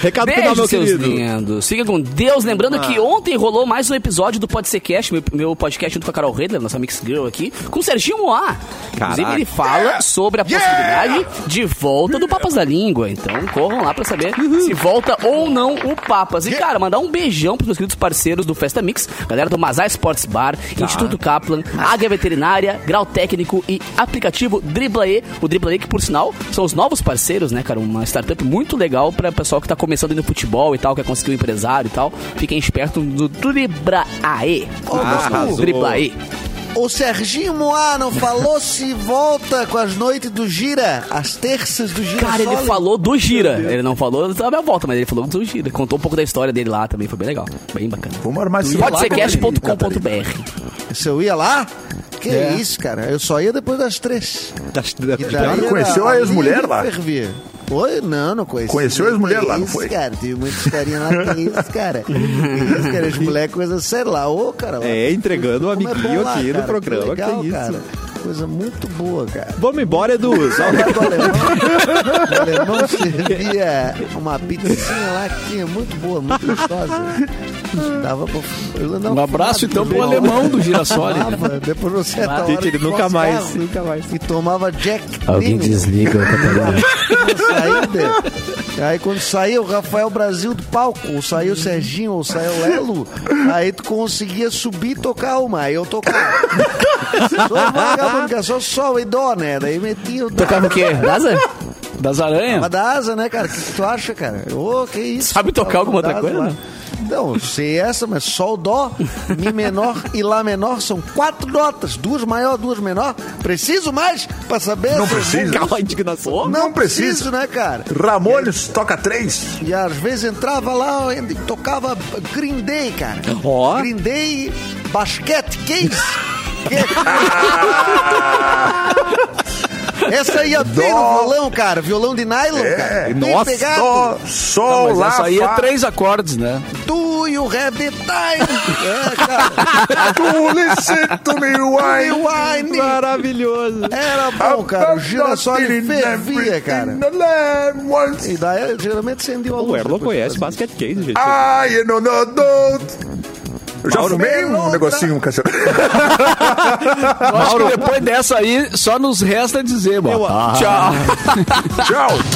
recado final,
Beijo,
meu
seus
querido. Ah.
lindos. Fica com Deus. Lembrando que ontem rolou mais um episódio do Pode Ser Cast, meu, meu podcast junto com a Carol Redler, nossa Mix Girl aqui, com o Serginho Moá. Inclusive, ele fala sobre a possibilidade de volta do Papas da Língua. Então, corram lá pra saber
Uhum.
se volta ou não o Papas. E, cara, mandar um beijão pros meus queridos parceiros do Festa Mix, galera do Mazar Sports Bar. Bar, Instituto Kaplan, Águia Veterinária, Grau Técnico e aplicativo Driblae. O Driblae que, por sinal, são os novos parceiros, né, cara? Uma startup muito legal para pessoal que tá começando aí no futebol e tal, quer conseguir um empresário e tal. Fiquem espertos do Driblae.
Ô, Gustu,
Driblae.
o Serginho Moá não falou se volta com as noites do Gira, as terças do Gira
Cara, ele
Sole?
falou do Gira. Ele não falou da minha volta, mas ele falou do Gira. Contou um pouco da história dele lá também, foi bem legal. Bem bacana.
Vamos armar esse
Pode ser
relato,
cast.com.br.
Se eu ia lá? Que
É.
isso, cara? Eu só ia depois das três.
Das- da-
E daí
tu conheceu
era
a ex-mulher
ali
lá?
que fervia. Oi? Não, não conheci.
Conheceu a ex-mulher lá, não
Isso,
foi?
cara, tive muita historinha lá, que isso, cara. Que isso, cara, ex-mulher é coisa, sei lá, ô, cara.
É, entregando o
como é bom
amiguinho
lá,
aqui
cara,
no programa, que,
Que legal,
isso.
cara. Coisa muito boa, cara.
Vamos embora, Edu. Só-
O alemão, o alemão servia uma pizzinha lá que tinha muito boa, muito gostosa. Dava pra- eu andava
Um abraço,
fumado,
então, pro
bem.
alemão do Girassoli.
Fumava, Depois de uma certa hora,
Gente, ele nunca mais,
descascava
nunca mais.
E tomava Jack
Alguém
Daniels.
desliga o Catarina.
saída. Aí quando saiu o Rafael Brasil do palco, ou saiu o Serginho, ou saiu o Lelo, aí tu conseguia subir e tocar uma, aí eu tocava. Só vagabundo, que é só sol e dó, né? Daí metia o
Tocava o quê? Daza?
Das aranhas?
Mas da asa, né, cara? O que, que tu acha, cara? Ô, que isso?
Sabe tocar
Tava
alguma
com
outra
da asa
coisa,
lá. Não, sei essa, mas sol, dó, mi menor e lá menor são quatro notas. Duas maior, duas menor. Preciso mais pra saber?
Não
se eu-
precisa.
Calma, indignação.
Não,
Não precisa.
preciso, né, cara?
Ramones, toca três.
E às vezes entrava lá e tocava Green Day, cara.
Ó.
Green Day, basquete, case. Essa aí é bem no
Dó. É.
violão, cara. Violão de nylon, cara. Bem
Nossa,
pegado.
Dó, sol,
Mas
lá,
essa aí é
fá.
três acordes, né?
Do you have the time? É, cara.
Tu listen to me, why?
Rewind.
Maravilhoso.
Era bom, cara. O girassol ele fervia, cara.
cara.
E daí, eu geralmente acendia uma luz.
O Erlon
depois.
conhece basket case, gente.
Ai, não, não, não. Eu já fumei um
Melo,
negocinho, cachorro.
Eu acho que depois dessa aí, só nos resta dizer, mano.
Tchau.